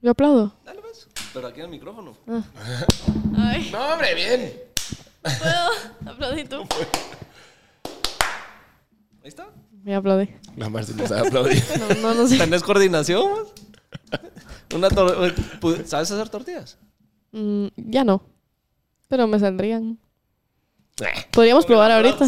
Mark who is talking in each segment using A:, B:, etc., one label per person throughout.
A: Yo aplaudo.
B: Dale, pues. Pero aquí en el micrófono.
C: Ay,
B: No, hombre, bien.
C: puedo aplaudir tú.
B: Ahí está.
A: Me aplaudí.
B: La Marce nos aplaudir.
A: No, no, no sé.
B: ¿Tan descoordinación? vos? Una tor- pu- ¿Sabes hacer tortillas?
A: Mm, ya no. Pero me saldrían. Podríamos probar ahorita.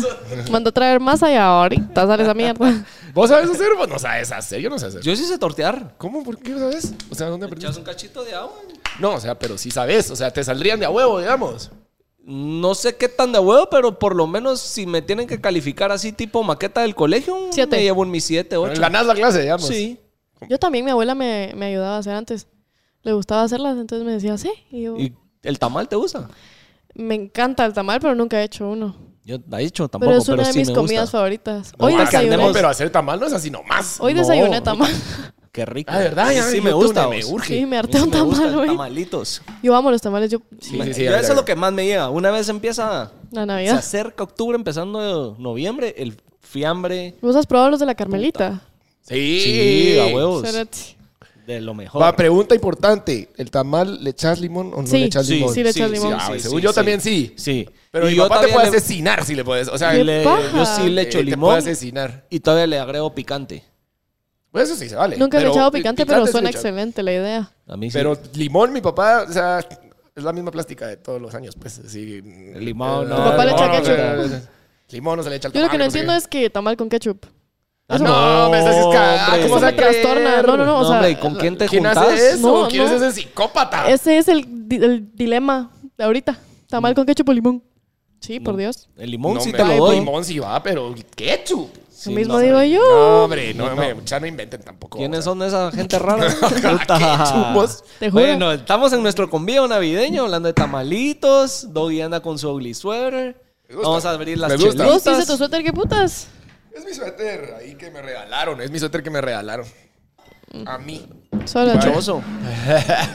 A: Mando a traer masa y ahorita sale esa mierda.
D: ¿Vos sabes hacer? Vos no sabes hacer. Yo no sé hacer.
B: Yo sí sé tortear.
D: ¿Cómo? ¿Por qué sabes? O sea, ¿dónde
B: ¿Echas
D: aprendiste?
B: un cachito de agua?
D: No, o sea, pero sí sabes. O sea, te saldrían de a huevo, digamos.
B: No sé qué tan de huevo, pero por lo menos si me tienen que calificar así tipo maqueta del colegio, un-
A: Siete.
B: me llevo un mi 7, 8.
D: Ganás la pues. clase, digamos.
B: Sí.
A: Yo también, mi abuela me, me ayudaba a hacer antes. Le gustaba hacerlas, entonces me decía, sí. Y yo,
B: ¿Y el tamal te gusta?
A: me encanta el tamal, pero nunca he hecho uno.
B: Yo no he hecho tampoco,
A: Pero
B: pero,
A: es una de
B: sí
A: mis
B: me
A: comidas
B: gusta.
A: favoritas.
B: No,
A: Hoy
B: ah, que
A: desayuné.
B: andemos-
D: Pero hacer tamal no es así nomás.
A: Hoy
B: No.
A: desayuné tamal.
B: Qué rico.
D: Ah, de verdad,
B: Sí,
D: ya
B: sí
D: vi
B: me
D: YouTube,
B: gusta.
D: me
B: vos.
D: urge.
A: Sí, me harté
B: Sí
A: un
B: me gustan
A: tamal hoy.
B: Tamalitos.
A: Yo amo los tamales. Yo,
D: Sí, sí, sí,
B: Yo
D: a
B: eso
D: ver, a
B: es lo
D: ver.
B: que más me llega. Una vez empieza,
A: la
B: se
A: Navidad.
B: acerca octubre, empezando noviembre, el fiambre.
A: ¿Vos has probado los de la Carmelita?
D: Sí.
B: Sí, a huevos.
A: Espérate.
B: De lo mejor.
D: Va, pregunta importante. ¿El tamal le echas limón o no
A: Sí.
D: le echas
A: Sí,
D: limón?
A: sí le echas limón.
D: Ah, según yo también sí.
B: Sí.
D: Pero
B: Y
D: mi
B: yo
D: papá te
B: también
D: puede
B: le-
D: asesinar si le puedes. O sea,
A: Qué
B: le-
A: paja.
B: yo sí le echo
D: eh, Te
B: limón
D: puede asesinar.
B: y todavía le agrego picante.
D: Pues eso sí se vale.
A: Nunca le he
D: Pero
A: echado
D: pi-
A: picante, pero
D: sí
A: suena
D: le echas.
A: excelente la idea.
B: A mí sí.
D: Pero limón, mi papá, o sea, es la misma plástica de todos los años, pues. Sí.
B: El limón, no.
A: Tu papá le echa
D: limón,
A: ketchup.
D: no, no, no. Limón no se le echa al
A: Yo lo que no
D: tamal, sé
A: entiendo
D: qué.
A: es que tamal con ketchup.
B: Ah,
D: No, hombre, estás escada.
B: hombre.
D: ah, ¿Cómo
A: Eso
D: se
A: me trastorna. No, no, no.
B: No,
A: O sea,
B: hombre, ¿y ¿con quién te
D: ¿Quién
B: juntas?
D: hace eso?
A: No,
D: ¿Quién es
A: no.
D: ese psicópata?
A: ese es el, di- el dilema de ahorita. Tamal con ketchup o limón. Sí, por Dios.
B: El limón
D: No,
B: sí
D: hombre,
B: te lo doy.
D: Limón sí va, pero ketchup.
B: Sí,
A: lo mismo
B: no,
A: digo
B: hombre.
A: yo.
D: No, hombre, no, hombre, ya no inventen tampoco.
B: ¿Quiénes
D: o sea.
B: son esa gente rara? Puta.
D: chupos?
A: Te juro.
B: bueno, estamos en nuestro convívio navideño hablando de tamalitos. Doggy anda con su ugly sweater.
D: Me gusta.
B: Vamos a abrir las
D: Me gusta.
A: Vos sí
B: chelitas.
A: hice tu suéter, ¿qué putas?
D: Es mi suéter ahí que me regalaron. Es mi suéter que me regalaron. A mí.
A: Solo.
B: Choso.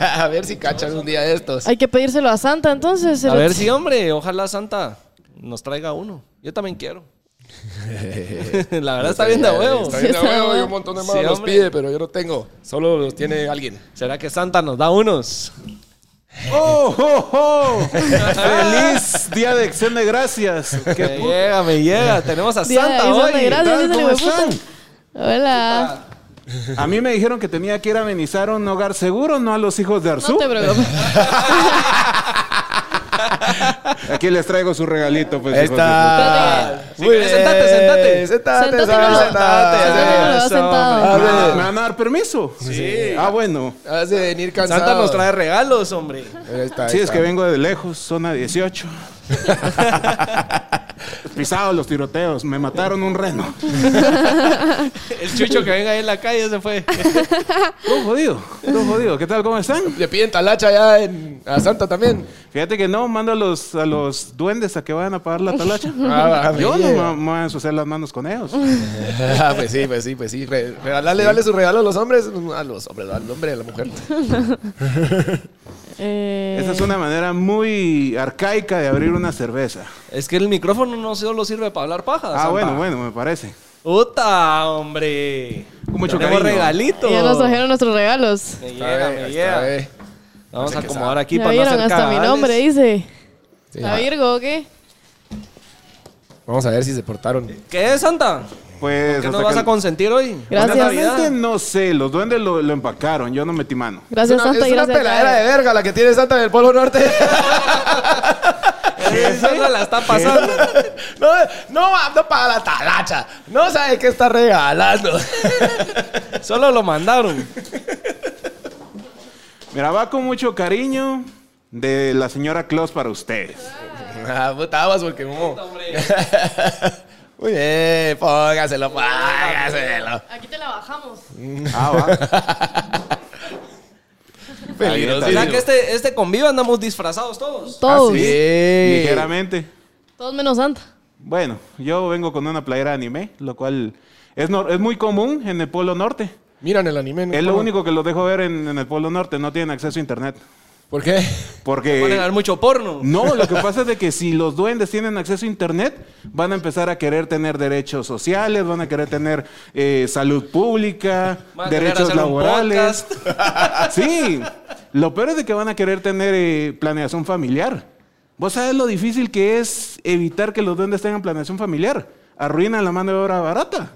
D: a ver si cachan un día de estos.
A: Hay que pedírselo a Santa, entonces.
B: A
A: cerote.
B: ver si, hombre, ojalá Santa nos traiga uno. Yo también quiero. La verdad está bien de huevo.
D: Está bien de
A: Sí, está
D: huevo.
A: bien.
D: y un montón de más
B: Sí,
D: los
B: hombre.
D: pide, pero yo no tengo. Solo los tiene alguien.
B: ¿Será que Santa nos da unos? ¡Oh, oh, oh!
E: Feliz día de acción de gracias.
B: me llega, me llega. Tenemos a
A: Día de
B: Santa
A: Acción
B: hoy.
A: de Gracias, dice el
E: ¿Cómo
A: hijueputa. Hola.
E: A mí me dijeron que tenía que ir a amenizar un hogar seguro, no a los hijos de Arzú.
A: No te preocupes.
E: Aquí les traigo su regalito, pues. hijos
B: Si querés, sentate, sentate.
A: Sentate,
D: Sentate,
A: no lo- Santa no lo
D: sentate.
A: va
B: eso,
A: sentado.
E: de puta.
D: Ah,
E: ¿Me van a dar permiso? Sí. Ah, bueno.
D: Has de venir cansado.
B: Santa nos trae regalos, hombre.
D: Ahí está, ahí
E: Sí, es
D: está.
E: que vengo de lejos, zona 18. Pisados los tiroteos, me mataron un reno.
B: El chucho que venga ahí en la calle se fue.
E: Todo jodido, todo jodido. ¿Qué tal? ¿Cómo están?
D: Le piden talacha ya en, a Santa también.
E: Fíjate que no, mando a los, a los duendes a que vayan a pagar la talacha.
D: Ah,
E: Yo no
D: yeah.
E: me voy a- me voy a ensuciar las manos con ellos.
D: Ah, pues sí, pues sí, pues sí. Re- regalarle, darle su regalo a los hombres. A los hombres, al hombre, a la mujer.
A: Eh,
E: Esa es una manera muy arcaica de abrir una cerveza.
B: Es que el micrófono no solo sirve para hablar paja.
E: Ah, bueno, bueno, me parece.
B: ¡Uta, hombre!
E: Con mucho
B: Tenemos
E: cariño.
B: regalitos.
A: Ya nos trajeron nuestros regalos.
B: Me
D: Está
B: llega,
D: bien,
B: me
D: está
B: llega.
D: bien.
B: Vamos a
D: que
B: acomodar
D: sabe.
B: aquí
A: Ya
B: para no
A: vieron,
B: hacer
A: hasta mi
B: cagales.
A: nombre dice.
D: Sí.
A: ¿La Virgo o qué?
D: Vamos a ver si se portaron.
B: ¿Qué es, Santa?
E: Pues.
B: ¿Qué nos
E: hasta
B: vas
E: que-
B: a consentir hoy?
A: Gracias.
B: Buena
E: Realmente
B: Navidad.
E: no sé, los duendes lo, lo empacaron, yo no metí mano.
A: Gracias,
D: es una,
A: Santa.
D: es una
A: gracias,
D: peladera
A: Gaby.
D: de verga la que tiene Santa en el Polo Norte.
B: Santa la está pasando.
D: no, no, no para la talacha. No sabe qué está regalando.
B: Solo lo mandaron.
E: Mira, va con mucho cariño de la señora Claus para ustedes.
D: ah, puta, vamos porque no. Muy bien, póngaselo, póngaselo.
A: Aquí te la bajamos.
E: Ah, va.
B: ¿Será que
D: Peligrosísimo.
B: este, este convivio andamos disfrazados todos?
A: Todos.
D: Sí.
E: Ligeramente.
A: Todos menos Santa.
E: Bueno, yo vengo con una playera de anime, lo cual es, nor- es muy común en el Polo Norte.
D: Miran el anime. ¿no?
E: Es lo único que los dejo ver en, en el Polo Norte, no tienen acceso a internet.
D: ¿Por qué?
B: Van a ganar
E: Porque.
B: mucho porno.
E: No, lo que pasa es de que si los duendes tienen acceso a internet, van a empezar a querer tener derechos sociales, van a querer tener eh, salud pública,
B: Van a querer
E: derechos
B: hacer un
E: laborales.
B: podcast.
E: Sí, lo peor es de que van a querer tener eh, planeación familiar. ¿Vos sabés lo difícil que es evitar que los duendes tengan planeación familiar? Arruinan la mano de obra barata.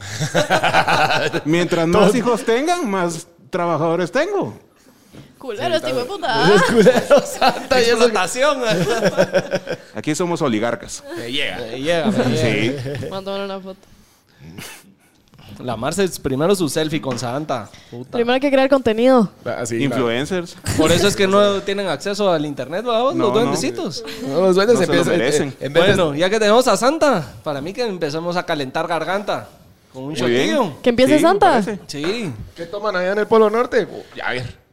E: Mientras más hijos tengan, más trabajadores tengo.
F: Culero, este hijo de puta.
D: Los culeros, Santa, y eso.
B: Explotación.
E: Aquí somos oligarcas.
D: Me llega.
B: Eh, llega, me llega.
E: Sí.
A: Mándame una foto.
B: La Marce es primero su selfie con Santa. Puta.
A: Primero hay que crear contenido.
D: Ah, sí,
E: Influencers.
B: Por eso es que no tienen acceso al internet, ¿verdad?
E: No,
B: Los
E: no.
B: duendecitos.
D: claro. No, los duendes
E: No se lo
D: empiezan-
E: merecen.
D: eh, en vez de-
B: Bueno, ya que tenemos a Santa, para mí que empezamos a calentar garganta con un
E: Muy bien.
B: shotillo.
A: Que empiece
E: Sí, me
A: Santa.
E: parece.
B: Sí.
D: ¿Qué toman allá en el Polo Norte? Oh, Jagger.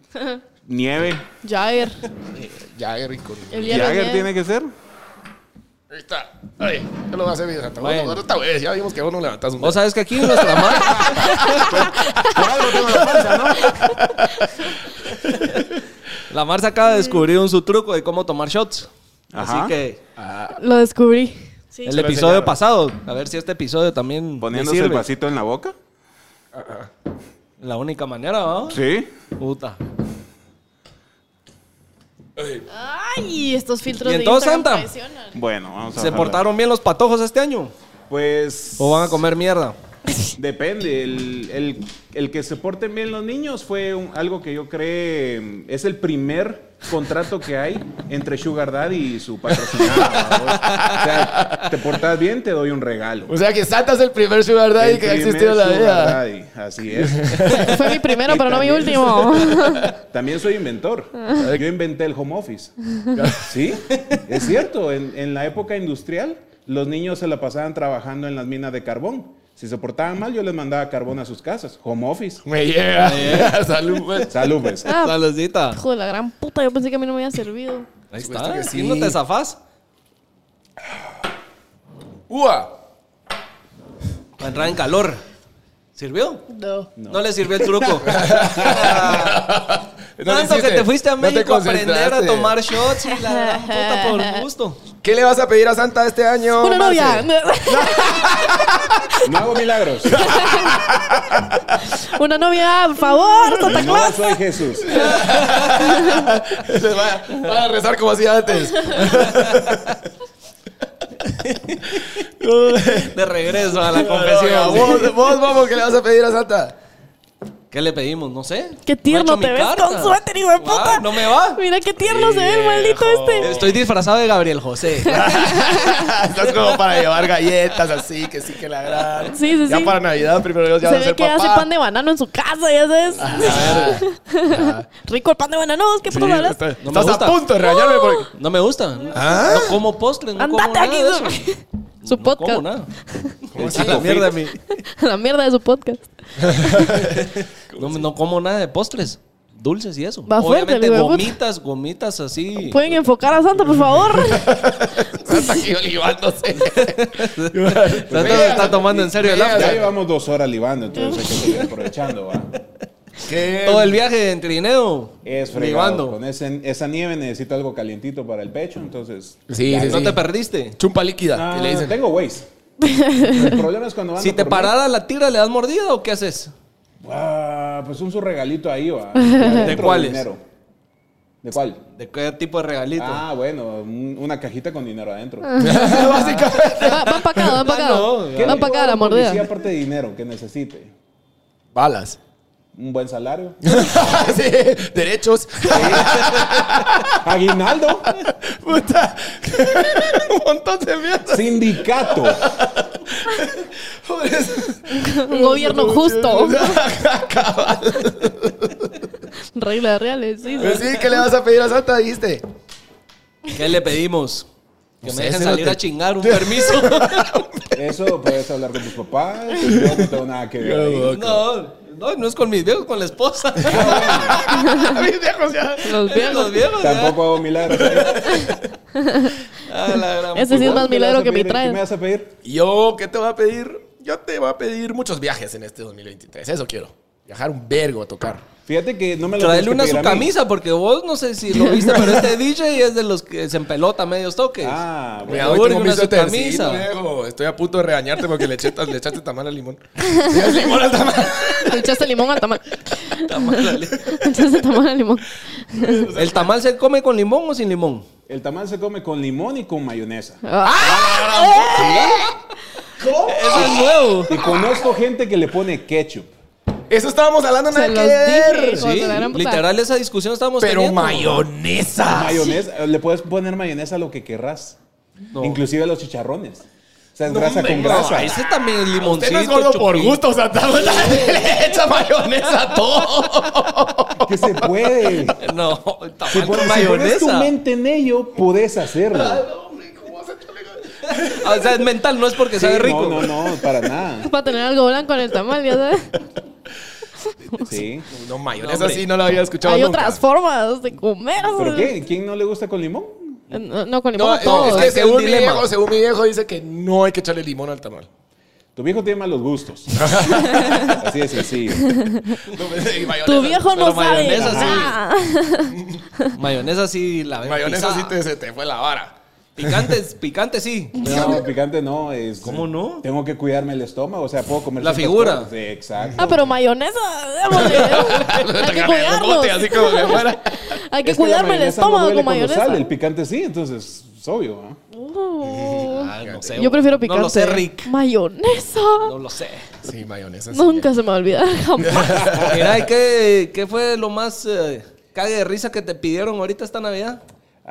E: Nieve.
A: Jair.
D: Jagger y con...
A: El hielo es
E: Jagger
A: nieve.
E: tiene que ser.
D: Ahí está. Ay, ¿qué lo va a hacer, mi Santa?
B: Bueno.
D: Bueno, esta vez ya vimos que vos no levantás un
B: Vos sabes que aquí nuestra Marce,
E: Por algo tengo la panza, ¿no?
B: la Marce acaba de descubrir un su truco de cómo tomar shots.
E: Ajá.
B: Así que
A: Lo descubrí.
F: Sí.
B: el episodio pasado, a ver si este episodio también le
E: Poniéndose el
B: sirve.
E: vasito en la boca.
B: La única manera, ¿no?
E: Sí.
B: Puta.
F: Ay, estos filtros
B: ¿Y
F: de
B: entonces,
F: Instagram
B: Santa?
F: traicionan.
E: Bueno, vamos a
B: ¿Se
E: bajarle.
B: portaron bien los patojos este año?
E: Pues.
B: ¿O van a comer mierda?
E: Depende. El, el- el que se porten bien los niños fue un- algo que yo creo es el primer contrato que hay entre Sugar Daddy y su patrocinador. ¿va? O sea, te portas bien, te doy un regalo.
D: O sea que Santa es el primer sugar daddy
E: El
D: que ha
E: primer
D: existido en la
E: Sugar
D: vida.
E: Daddy, Así es.
A: Fue mi primero,
E: Y
A: pero no mi
E: también-
A: último. Ah.
E: También soy inventor. Yo inventé el home office. Sí, es cierto. En, en la época industrial, los niños se la pasaban trabajando en las minas de carbón. Si se portaban mal, yo les mandaba carbón a sus casas. Home office.
D: Me llega. Salud, pues.
E: Salud, pues.
A: Ah.
B: Saludcita.
A: Hijo de la gran puta, yo pensé que a mí no me había servido.
B: Ahí
D: supuesto
B: está.
D: que sí.
B: ¿Y no te zafás?
D: ¡Ua!
B: Para entrar en calor. ¿Sirvió?
A: No.
B: No, le sirvió el truco.
D: No lo
B: Tanto que
D: hiciste.
B: te fuiste a
D: No te
B: México a aprender a
D: concentraste.
B: tomar shots y la gran puta por gusto.
D: ¿Qué le vas a pedir a Santa este año?
A: Una
D: Marce?
A: novia.
E: No hago milagros.
A: Una novia, por favor. Santa Claus.
E: No soy Jesús.
D: Les va, a- van a rezar como hacía antes.
B: De regreso a la
D: Oiga,
B: confesión.
D: vos, vos, vamos, ¿qué le vas a pedir a Santa?
B: ¿Qué le pedimos? No sé.
A: Qué
B: No he
A: tierno
B: hecho mi
A: te ves
B: carta.
A: con suéter, hijo de
B: Guau,
A: puta.
B: No me va.
A: Mira qué tierno se ve el maldito este.
B: Estoy disfrazado de Gabriel José.
D: Estás como para llevar galletas así, que sí que la gran.
A: Sí, sí,
D: ya
A: sí.
D: para Navidad, primero Dios, ya
A: se
D: vas a
A: ve
D: ser
A: que
D: papá.
A: hace pan de banano en su casa, ya sabes. Rico el pan de banano, ¿qué puto
D: Sí,
A: hablas?
D: está-
B: No me
D: estás
B: gusta.
D: a punto de regañarme porque.
B: No me gusta.
D: Ah.
B: No como postres, no como
A: Andate
B: nada
A: aquí.
B: de eso.
A: Su, su
B: No
A: podcast.
B: como nada.
D: ¿Cómo
B: Echa
D: así?
B: la mierda a mí.
A: La mierda de su podcast.
B: No, no como nada de postres. Dulces y eso.
A: Va fuerte,
B: Obviamente
A: el hijo de puta. Pues,
B: gomitas, gomitas así.
A: ¿Pueden enfocar a Santa, por favor?
D: Santa aquí olivándose.
B: Santa se está tomando en serio el
D: Mira,
E: Ya
B: after.
E: llevamos dos horas libando, entonces hay que seguir aprovechando. ¿va?
D: ¿Qué?
B: Todo el viaje en trineo.
E: Es fregado.
B: fregando.
E: Con ese- esa nieve necesito algo calientito para el pecho, entonces.
D: Sí, sí,
B: No
D: sí.
B: te perdiste.
D: Chumpa líquida,
E: Ah,
D: que le dicen.
E: tengo Waze. El problema es cuando ando
B: Si te
E: por
B: parara la tira, ¿le das mordida o qué haces?
E: Ah, pues un su regalito ahí, va. ¿De
B: cuáles?
E: ¿De cuál?
B: ¿De qué tipo de regalito?
E: Ah, bueno, un- una cajita con dinero adentro.
A: Va, va para acá, va para acá.
B: Ah, no,
A: va
E: ¿Qué le
A: para
E: puedo
A: acá
E: dar
A: la
E: al policía
A: mordida.
E: aparte de dinero que necesite?
D: Balas.
E: Un buen salario.
D: Sí, derechos.
E: Aguinaldo.
D: Puta. Un montón de mierda.
E: Sindicato.
A: Un gobierno justo. Reglas reales, sí.
D: Pues
A: sí.
D: sí, ¿qué le vas a pedir a Santa? Dijiste.
B: ¿Qué le pedimos? Que
D: No
B: me
D: sé,
B: dejen
D: ese
B: salir
D: no
B: a
D: te-
B: chingar un permiso.
E: Eso puedes hablar con tus papás. Yo no tengo nada que ver. ahí.
B: no, no, no es con mis viejos, con la esposa.
D: Mis viejos ya.
A: Los viejos.
B: Los viejos. ya.
E: Tampoco hago milagros.
B: Ah, la gran
A: Ese sí es más
B: puta.
E: ¿Qué le vas
A: milagro
E: a
A: que me
E: pedir? ¿Qué
A: traen.
E: me vas a pedir?
D: Yo, ¿qué te voy a pedir? Yo te voy a pedir muchos viajes en este 2023. Eso quiero. Viajar un vergo a tocar.
E: Fíjate que no me lo
B: Traerle una
E: tienes que
B: su
E: pedir a mí.
B: camisa, porque vos no sé si lo viste, pero este DJ es de los que se empelota a medios toques.
E: Ah,
B: Mira,
D: Mira,
E: bueno.
B: Por
D: hoy
B: favor,
D: tengo
B: una
D: visto
B: su
D: tercito,
B: camisa.
D: viejo. Estoy a punto de regañarte porque le echaste, le echaste tamal al limón. Sí, es limón al tamal.
A: Le echaste limón al tamal.
B: Tamal, dale.
A: Le echaste tamal al limón.
B: ¿El tamal se come con limón o sin limón?
E: El tamal se come con limón y con mayonesa.
B: ¡Ah!
A: ¡Eh!
B: Eso es nuevo.
E: Y conozco gente que le pone ketchup.
D: Eso estábamos hablando en
A: Se
D: el
A: los dije. hijos
B: Sí,
A: de la gran puta.
B: literal esa discusión estábamos
D: Pero
B: teniendo.
D: mayonesa.
E: Mayonesa, le puedes poner mayonesa a lo que querrás.
B: No.
E: Inclusive a los chicharrones. O sea, es
D: No,
E: grasa
D: hombre,
E: con
D: no,
E: grasa.
B: Ah, Ese también es limoncito.
D: Usted no es gordo por
B: chupín.
D: gusto, o sea, tamal, le echa mayonesa a todo.
E: Que se puede.
B: No, el tamal
E: Si
B: con
E: pones, si pones tu
B: Ah, mayonesa.
E: mente en ello, podés hacerlo.
B: Ah, o sea, es mental, no es porque
E: Sí,
B: sabe rico.
E: No, no, no, para nada.
A: Para tener algo blanco en el tamal, ya sabes.
E: Sí.
D: No,
B: No,
D: mayonesa
B: hombre.
D: sí no la había escuchado
A: Hay
D: nunca.
A: otras formas de comer. Eh,
E: ¿Pero qué? ¿Quién no le gusta con limón?
A: No, no, con limón
D: No,
A: a todo.
D: es
B: Ese
D: que
B: es el
D: según mi,
B: dilema.
D: viejo, según mi viejo dice que no hay que echarle limón al tamal.
E: Tu viejo tiene malos gustos. Así de sencillo.
D: No, pues, y mayonesa.
A: Tu viejo
B: Pero
A: no sabe Ah.
B: mayonesa sí.
A: nada.
B: Mayonesa sí la ven
D: Mayonesa
B: pisada.
D: sí te, se te fue la vara.
B: Picante, picante sí.
E: No, picante no. Es,
B: ¿Cómo no?
E: Tengo que cuidarme el estómago. O sea, puedo comer.
B: La
E: ciertas
B: figura.
E: cosas. Sí, exacto.
A: Ah, pero mayonesa. démosle. Hay que cuidarnos.
D: Bote, así como que fuera.
A: Hay que
E: Es la
A: cuidarme el
E: mayonesa no
A: estómago
E: duele
A: con
E: cuando
A: mayonesa.
E: sale, el picante sí, entonces es obvio. ¿ah?
A: Uh.
B: Ah, no sé.
A: Yo prefiero picante.
B: No lo sé, Rick.
A: Mayonesa.
B: No lo sé.
D: Sí, mayonesa sí.
A: Nunca se me va a olvidar, jamás.
B: Mira, ¿y ¿qué, qué fue lo más eh, cague de risa que te pidieron ahorita esta Navidad?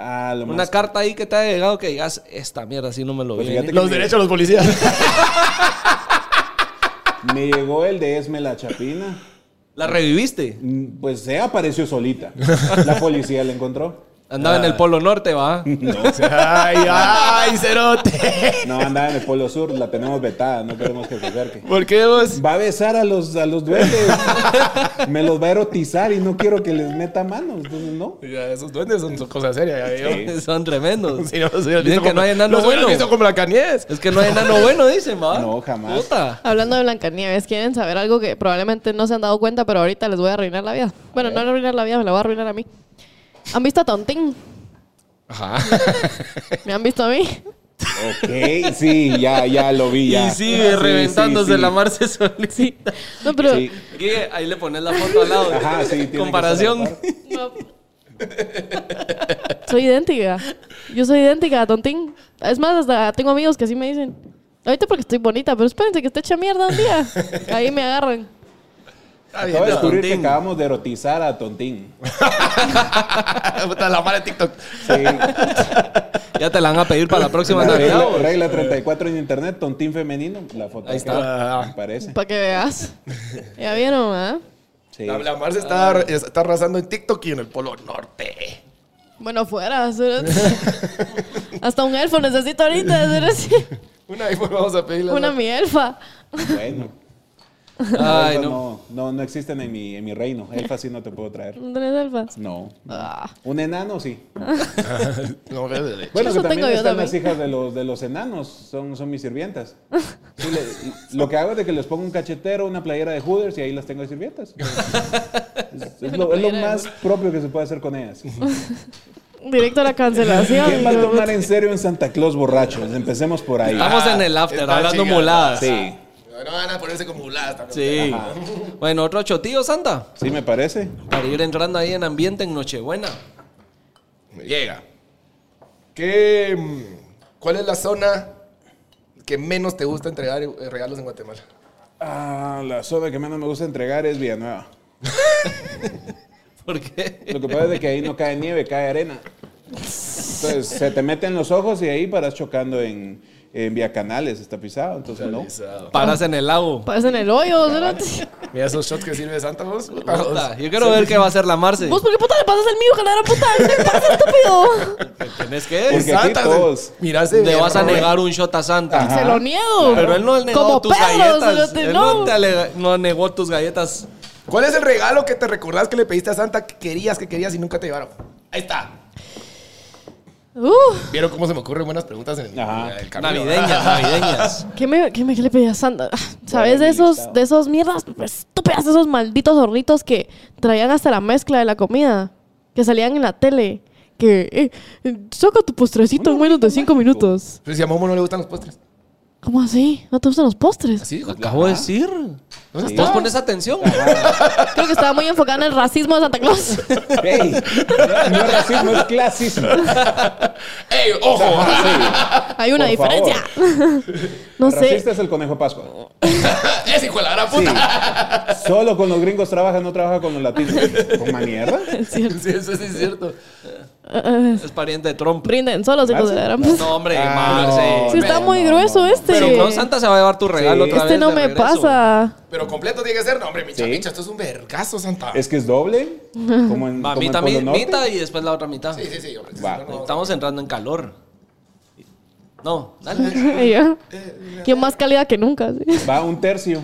E: Ah, lo
B: Una
E: más-
B: carta ahí que te haya llegado que digas, esta mierda sí no me lo
E: Pues
B: vi.
E: fíjate
B: venir".
D: Los derechos de los policías.
E: Me llegó el de Esme la Chapina.
B: La reviviste.
E: Mm, Pues se apareció solita. La policía la encontró.
B: Andaba
E: Ah.
B: en el Polo Norte, va.
D: ay, ay, cerote.
E: No, andaba en el Polo Sur, la tenemos vetada, no queremos que se acerque.
D: ¿Por qué vos?
E: Va a besar a los, a los duendes. Me los va a erotizar y no quiero que les meta manos. Entonces, no.
D: Ya, esos duendes son, son cosas serias. Ya, yo.
B: Son tremendos.
D: Sí, no, los hubieras
B: Dicen
D: visto
B: que no
D: como-
B: hay enano
D: los hubieras
B: bueno.
D: visto como la cañez.
B: Es que no hay enano bueno, dicen, va.
E: No, jamás.
B: Puta.
A: Hablando de Blancanieves, ¿quieren saber algo que probablemente no se han dado cuenta, pero ahorita les voy a arruinar la vida? Bueno, no arruinar la vida, me la voy a arruinar a mí. ¿Han visto a Tontín?
D: Ajá.
A: ¿Me han visto a mí?
E: Ok, sí, ya, ya lo vi. Ya.
B: Y sigue
E: Sí,
B: reventándose
E: sí, sí.
B: la marce solita.
A: No, pero...
E: Sí.
B: Aquí, ahí le pones la foto al lado.
E: Ajá, sí, tiene que
B: Comparación.
E: estar
A: no. soy idéntica. Yo soy idéntica a Tontín. Es más, hasta tengo amigos que así me dicen. Ahorita porque estoy bonita, pero espérense que esté hecha mierda un día. Ahí me agarran.
D: Está bien,
E: Acabo de descubrir que
B: Tontín.
E: acabamos de erotizar a Tontín.
D: ya. Puta, la mala de TikTok.
E: Sí.
B: Ya te la van a pedir para la próxima
E: La
B: Navidad.
E: regla,
B: vos.
E: regla 34 en internet, tontín femenino, la foto.
B: Ahí está.
E: que Aparece.
A: Para que veas. Ya vieron, ¿ah?
E: Sí.
D: La, la Marce
B: Ah.
D: está, está arrasando en TikTok y en el Polo Norte.
A: Bueno, fuera. ser- Hasta un elfo necesito ahorita. ser así.
D: Una vez pues, vamos a pedirle. a
A: Una
D: la-
A: mi elfa.
E: Bueno.
B: Ay,
E: Elfas
B: no.
E: no. No, no existen en mi, en mi reino. Elfas sí no te puedo traer.
A: ¿No tenés elfas?
E: No.
A: Ah,
E: Un enano sí.
D: No, bebé.
E: Bueno,
A: Eso
E: que también
A: tengo yo también.
E: están las hijas de los, de los enanos. Son, son mis sirvientas. Sí, le- lo que hago es de que les pongo un cachetero, una playera de Hooders y ahí las tengo de sirvientas. Es, es lo, es lo más propio que se puede hacer con ellas.
A: Directo a la cancelación.
E: ¿Quién va a tomar en serio en Santa Claus borracho? Empecemos por ahí.
B: Estamos en el after,
D: Está
B: hablando
D: chica.
B: muladas.
E: Ah, Sí.
D: No van a ponerse como muladas también.
B: Sí.
E: Ajá.
B: Bueno, otro chotillo, Santa.
E: Sí, me parece.
B: Para ir entrando ahí en ambiente en Nochebuena.
D: Me llega. ¿Qué, mm, ¿Cuál es la zona que menos te gusta entregar eh, regalos en Guatemala?
E: Ah, la zona que menos me gusta entregar es Villanueva.
B: ¿Por qué?
E: Lo que pasa es de que ahí no cae nieve, cae arena. Entonces se te mete en los ojos y ahí paras chocando en, en vía canales, está pisado. Entonces no.
B: Paras en el lago.
A: Parece en el hoyo. cerote.
D: Mira esos shots que sirve Santa vos. puta, vos.
B: Puta, Yo quiero ver qué va a hacer la Marce.
A: ¿Vos por qué puta le pasas el mío, calara puta? ¿Qué te pasa, estúpido?
B: ¿Tenés
E: Porque
B: que?
E: aquí
D: Santa,
E: todos-
D: Mira, se
B: Le vas a
D: erró.
B: negar un shot a Santa.
E: Ajá.
A: Se lo niego.
B: Pero él no negó
A: Como
B: tus
A: Pedro,
B: galletas.
A: cerote,
B: Él
A: no.
B: no, te ale- no negó tus galletas.
D: ¿Cuál es el regalo que te recordás que le pediste a Santa que querías, que querías y nunca te llevaron? Ahí está.
C: Uh,
D: Vieron cómo se me ocurren buenas preguntas en el,
G: Ajá.
D: en el camino.
B: Navideñas, navideñas.
A: ¿Qué me, qué me qué le pedí a Santa? Ah, ¿Sabes de esos, de esos mierdas estúpidas, esos malditos hornitos que traían hasta la mezcla de la comida? Que salían en la tele. Que, eh, eh, saca tu postrecito en menos de cinco minutos.
D: Pero Pues si a Momo no le gustan los postres.
A: ¿Cómo así? ¿No te gustan los postres?
D: Así dijo.
B: Acabo de decir.
D: ¿No seas
B: Vos
D: tonto.
B: pones atención.
A: Creo que estaba muy enfocada en el racismo de Santa Claus.
E: Ey, no es racismo, es clasismo.
D: ¡Ey, ojo!
A: Hay una
E: Por
A: diferencia. no sé.
E: Racista es el conejo de Pascua.
D: ¡Ese hijo de la gran
E: Sí.
D: puta!
E: Solo con los gringos trabaja, no trabaja con los latinos. ¿Con manierda?
A: Es cierto.
D: Sí, eso sí es cierto.
A: Eh, eh,
B: Es pariente de Trump.
A: brinden solos, hijos de la gran puta.
B: No, hombre,
E: Ah,
B: Marce.
E: no,
A: Sí, está
E: no,
A: muy
E: no,
A: grueso
E: no.
A: este.
B: Pero no, Santa se va a llevar tu regalo
E: Sí.
B: otra vez.
A: este no
B: de
A: me
B: regreso.
A: pasa.
D: Pero completo tiene que ser. No, hombre, mi
E: Sí.
D: chapicha, esto es un vergazo, Santa.
E: Es que es doble. Como en, como en
B: Mamita,
E: Polo
B: mi-
E: Norte.
B: mitad y después la otra mitad.
D: Sí, sí, sí. hombre, sí,
E: Va.
D: sí, no, no.
B: Estamos entrando en calor. No, dale.
A: Y yo, que más calidad que nunca. sí.
E: Va un tercio.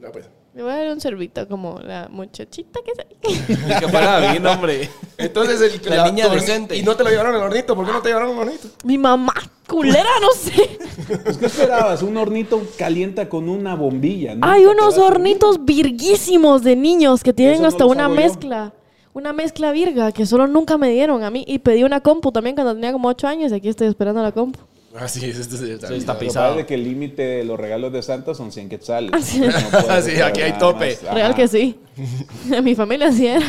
D: No, pues.
A: Le voy a dar un sorbito como la muchachita que se...
B: Ni que fuera bien, hombre.
D: Entonces, el,
B: La niña
D: tu horni-
B: decente.
D: Y no te lo llevaron al hornito. ¿Por qué no te llevaron al hornito?
A: Mi mamá, culera, no sé.
E: Pues, ¿Qué esperabas? Un hornito calienta con una bombilla. ¿no?
A: Hay
E: Te
A: unos
E: vas a-
A: hornitos virguísimos de niños que tienen
E: Eso no
A: hasta
E: los
A: una
E: hago yo.
A: mezcla. Una mezcla virga que solo nunca me dieron a mí. Y pedí una compu también cuando tenía como 8 años y aquí estoy esperando la compu.
D: Ah, sí, es este es
B: Sí, está
E: Lo
B: pisado. Ah,
E: padre que el límite de los regalos de Santa son 100 quetzales.
A: Así es.
E: puedes
D: Sí,
E: hacer
D: aquí hay
E: nada
D: tope.
E: más.
A: Real
E: Ajá.
A: que sí. A mi familia sí era.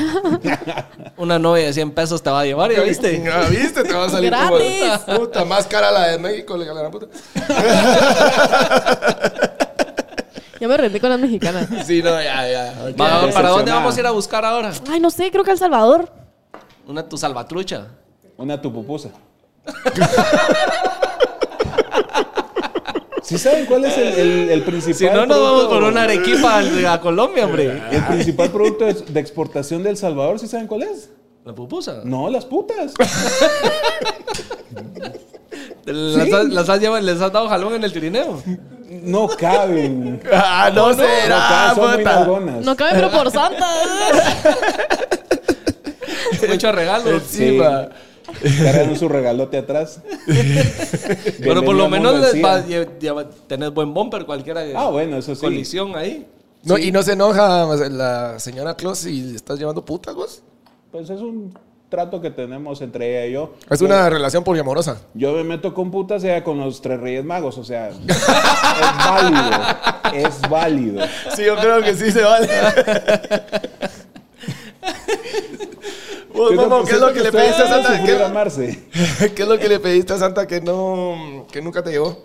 B: Una novia de 100 pesos te va a llevar, ¿ya viste?
D: Ah, ¿Viste? Te va a salir
A: Gratis.
D: como... Puta, más cara la de México, le ganan puta.
A: Ya me rendí con las mexicanas.
D: Sí, no, ya, ya.
B: Va, ¿Para dónde
E: Decepcionada.
B: vamos a ir a buscar ahora?
A: Ay, no sé, creo que El Salvador.
B: Una tu salvatrucha.
E: Una tupupusa. ¿Sí saben cuál es el, el- el principal?
B: Si no, nos vamos
E: producto-
B: por una arequipa al- a Colombia, hombre.
E: El principal producto de, de exportación de El Salvador, ¿sí saben cuál es?
B: La pupusa.
E: No, las putas.
B: ¿Las,
E: Sí.
B: has- las has llevado- ¿Les has dado jalón en el trineo?
E: No caben.
D: Ah, no, será,
B: Ah,
E: no caben, son muy
D: puta.
E: nalgonas.
A: No cabe, pero por santa.
B: Muchos regalos.
E: Sí. Cargan su regalote atrás.
B: Pero por lo
E: Bienvenido al
B: menos
E: mundo del
B: les va,
E: SIDA.
B: lle- lleva- tenés buen bumper cualquiera. que-
E: Ah, bueno, eso sí.
B: Colisión ahí.
D: No, y no se enoja la señora Claus y estás llevando putas, vos.
E: Pues es un trato que tenemos entre ella y yo.
D: Es
E: Yo-
D: una relación poliamorosa.
E: Yo me meto con putas ella con los tres reyes magos, o sea, es válido. Es válido.
D: Sí, yo creo que sí se vale. Vos, Momo, Pues ¿qué es lo que le pediste a Santa?
E: ¿Qué
D: ¿Qué,
E: amarse?
D: qué es lo que le pediste a Santa que no, que nunca te llevó?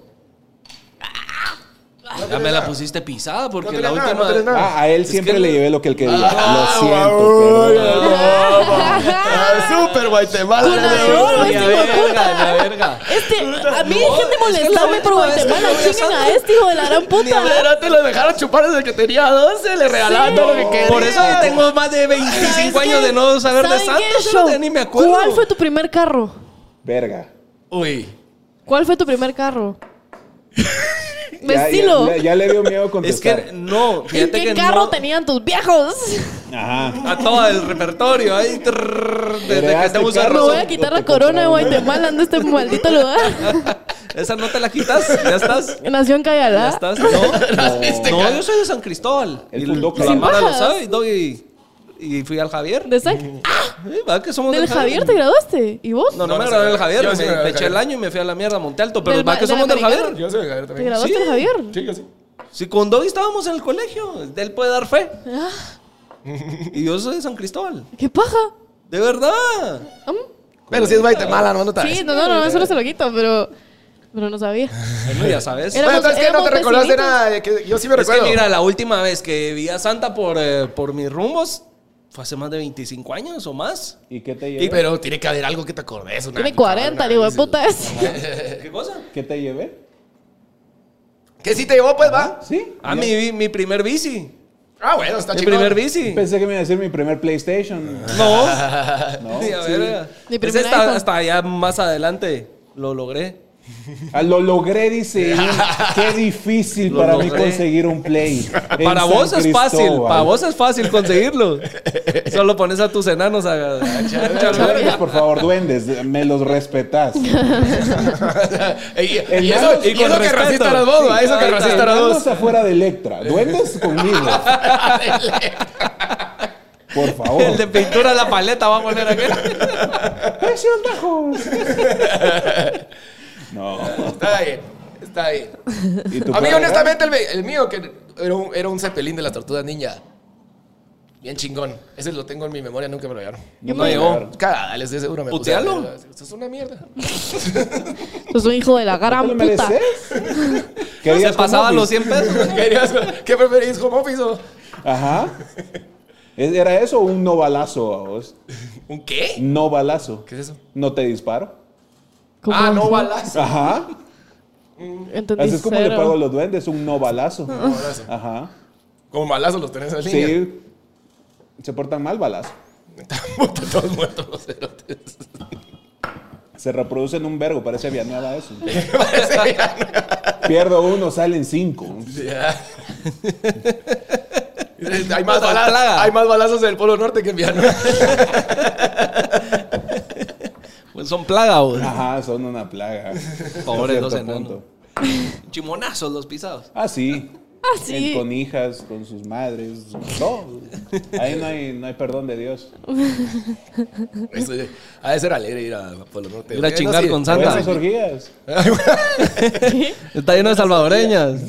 B: Ya me la pusiste pisada porque
D: No
B: la
D: tenés nada,
B: última.
D: no tenés nada.
E: Ah, a él
B: Es
E: siempre
B: que-
E: le llevé lo que él quería.
D: Ah,
E: lo siento,
D: guau,
E: perdón.
D: guau, guau. Ah, Súper Guatemala.
A: Culero,
B: Ay, a verga, a verga.
A: Este, a mí
B: No,
A: gente
B: es que
A: molestarme
B: la
A: por
B: última vez que
A: Guatemala.
B: yo voy a
A: Chinguen
B: Santa-
A: a este hijo de la gran puta.
D: Pero te lo dejaron chupar desde que tenía 12, le regalaban todo lo que quería.
B: Por eso yo tengo más de
A: ¿Sabes
B: 25 años
A: qué?
B: de no saber de
A: ¿Saben
B: Santa.
A: qué,
B: yo
A: Show?
B: no- ni me acuerdo.
A: ¿Cuál fue tu primer carro?
E: Verga.
D: Uy.
A: ¿Cuál fue tu primer carro?
E: Ya,
A: Vecino.
E: ya- ya- ya le dio miedo
B: Es
E: contestar.
B: que no,
A: ¿En
B: fíjate
A: qué
B: que
A: carro
B: no-
A: tenían tus viejos?
E: Ajá.
B: A todo el repertorio ahí. trrr, Desde que
E: Heredaste
B: te uso
E: carro.
A: Me voy
B: razón.
A: a quitar la
E: te compraron.
A: corona de Guatemala de este maldito lugar.
B: Esa no te la quitas, ya estás.
A: Nació en
B: Ya
A: Cayalá.
B: estás, no. No, yo soy de San Cristóbal.
E: Él
B: Y
E: fundó
B: la
E: Sin
B: Mara lo
A: bajas.
B: sabe. y Doggy- Y fui al Javier.
A: ¿De Sac?
B: Sí, va, que somos
A: ¿Del Javier te graduaste? ¿Y vos?
B: No, no,
D: No,
B: me
D: no
B: gradué
D: sé,
B: del Javier.
D: yo sí
B: me
D: me gradué del
B: peché el
D: Javier.
B: año y me fui a la mierda a Monte Alto. Pero
A: Del
B: va
A: ba-
B: que
A: del
B: somos del
A: americano.
B: Javier.
D: Yo soy Javier
A: ¿Te
D: también.
A: graduaste
B: Sí.
A: del Javier?
D: Sí, yo sí.
B: Si con Doggy estábamos en el colegio, de él puede dar fe.
A: Ah.
B: Y yo soy de San Cristóbal.
A: ¿Qué paja?
B: De verdad.
A: ¿Am?
D: Pero si es Guatemala, no, no te
A: Sí, no, no, no, eso no se lo quito, pero... Pero no sabía.
B: Bueno, ya sabes.
A: Era-
D: Bueno,
A: Éramos-
D: entonces que no te
A: éramos
D: recordaste
A: vecinitos.
D: nada. de que- Yo sí me
B: es que
D: recuerdo.
B: mira, la última vez que vi a Santa por, eh, por mis rumbos fue hace más de 25 años o más.
E: ¿Y qué te
D: Y-
E: llevé?
D: pero tiene que haber algo que te acordes. una
A: Tiene
D: picada,
A: 40,
D: una-
A: el hijo de puta es.
D: Eh.
B: ¿Qué cosa?
E: ¿Qué te llevé?
D: Que sí te llevó, pues, va.
E: Sí.
B: Ah,
E: Yo-
B: mi, bi- mi primer bici.
D: Ah, bueno, está
B: Mi
D: chingón.
B: primer bici.
E: Pensé que me iba a decir mi primer PlayStation.
B: No.
E: No.
B: Ni a ver, eh.
A: Mi
B: ese
A: primer
B: está-
A: iPhone.
B: hasta allá más adelante lo logré.
E: Ah, Lo logré, dice él. Qué difícil
B: Lo
E: para mí
B: logré.
E: conseguir un play. en
B: Para
E: San
B: vos es fácil,
E: Cristóbal.
B: para vos es fácil conseguirlo. Solo pones a tus enanos a, a echar verga.
E: Duendes, por favor, duendes, me los respetás.
D: y, y
E: El
D: eso,
E: nano-
D: y
B: y con
D: eso que
B: respeto.
D: racista eras vos, ¿va? eso que
B: Ahí está.
D: racista eras
E: Duendes
D: vos.
E: afuera de Electra, duendes conmigo. Por favor.
B: El de pintura la paleta va a poner aquel.
E: Precios bajos. No.
D: Está bien, está bien.
E: ¿Y tu
D: A mí,
E: perro?
D: honestamente, el, el mío, que era un, era un cepelín de la tortuga ninja. Bien chingón. Ese lo tengo en mi memoria, nunca me lo llevaron.
B: No
D: me
B: llegó.
D: Cada, les estoy seguro me puse
B: Putealo.
D: a ver, Esto es una mierda.
A: Sos un hijo de la
E: ¿Te
A: gran
E: lo
A: puta.
E: mereces?
B: Se
E: Querías
B: pasaba
E: como
B: los 100 pesos.
D: Querías- ¿Qué preferís, home office o
E: Ajá. ¿Es- ¿Era eso o un no balazo a vos?
D: un qué?
E: No balazo.
D: ¿Qué es eso?
E: No te disparo.
A: ¿Cómo
D: Ah, no
A: así?
D: balas.
E: Ajá.
A: Entendí
E: Así es como le
A: cero.
E: pago a los duendes, un no balazo.
D: balazo.
E: Ajá.
D: Como balazos los tenés en
A: Pues
D: línea.
E: Sí. Se portan mal balazo.
D: Puta, todos muertos los cerotes.
E: Se reproducen un vergo, parece vianeada eso.
D: Parece ya,
E: Pierdo uno, salen cinco.
D: ¿no? Hay más,
B: Otra
D: balas-
B: plaga.
D: hay más balazos en el Polo Norte que en Villanueva.
B: Pues son plaga, vos.
E: Ajá, son una plaga.
B: Pobres
E: A
B: los
E: cierto
B: enanos.
E: punto.
B: Chimonazos los pisados.
E: Ah, sí.
A: Ah,
E: En-
A: sí.
E: con hijas, con sus madres. No. Ahí no hay, no hay perdón de Dios.
D: Eso, eh, Ha de ser alegre ir a Polo Norte.
B: Ir a
D: Eh, no,
B: chingar
D: sí.
B: con
E: O
B: Santa.
E: esas orgías.
B: Está lleno de salvadoreñas.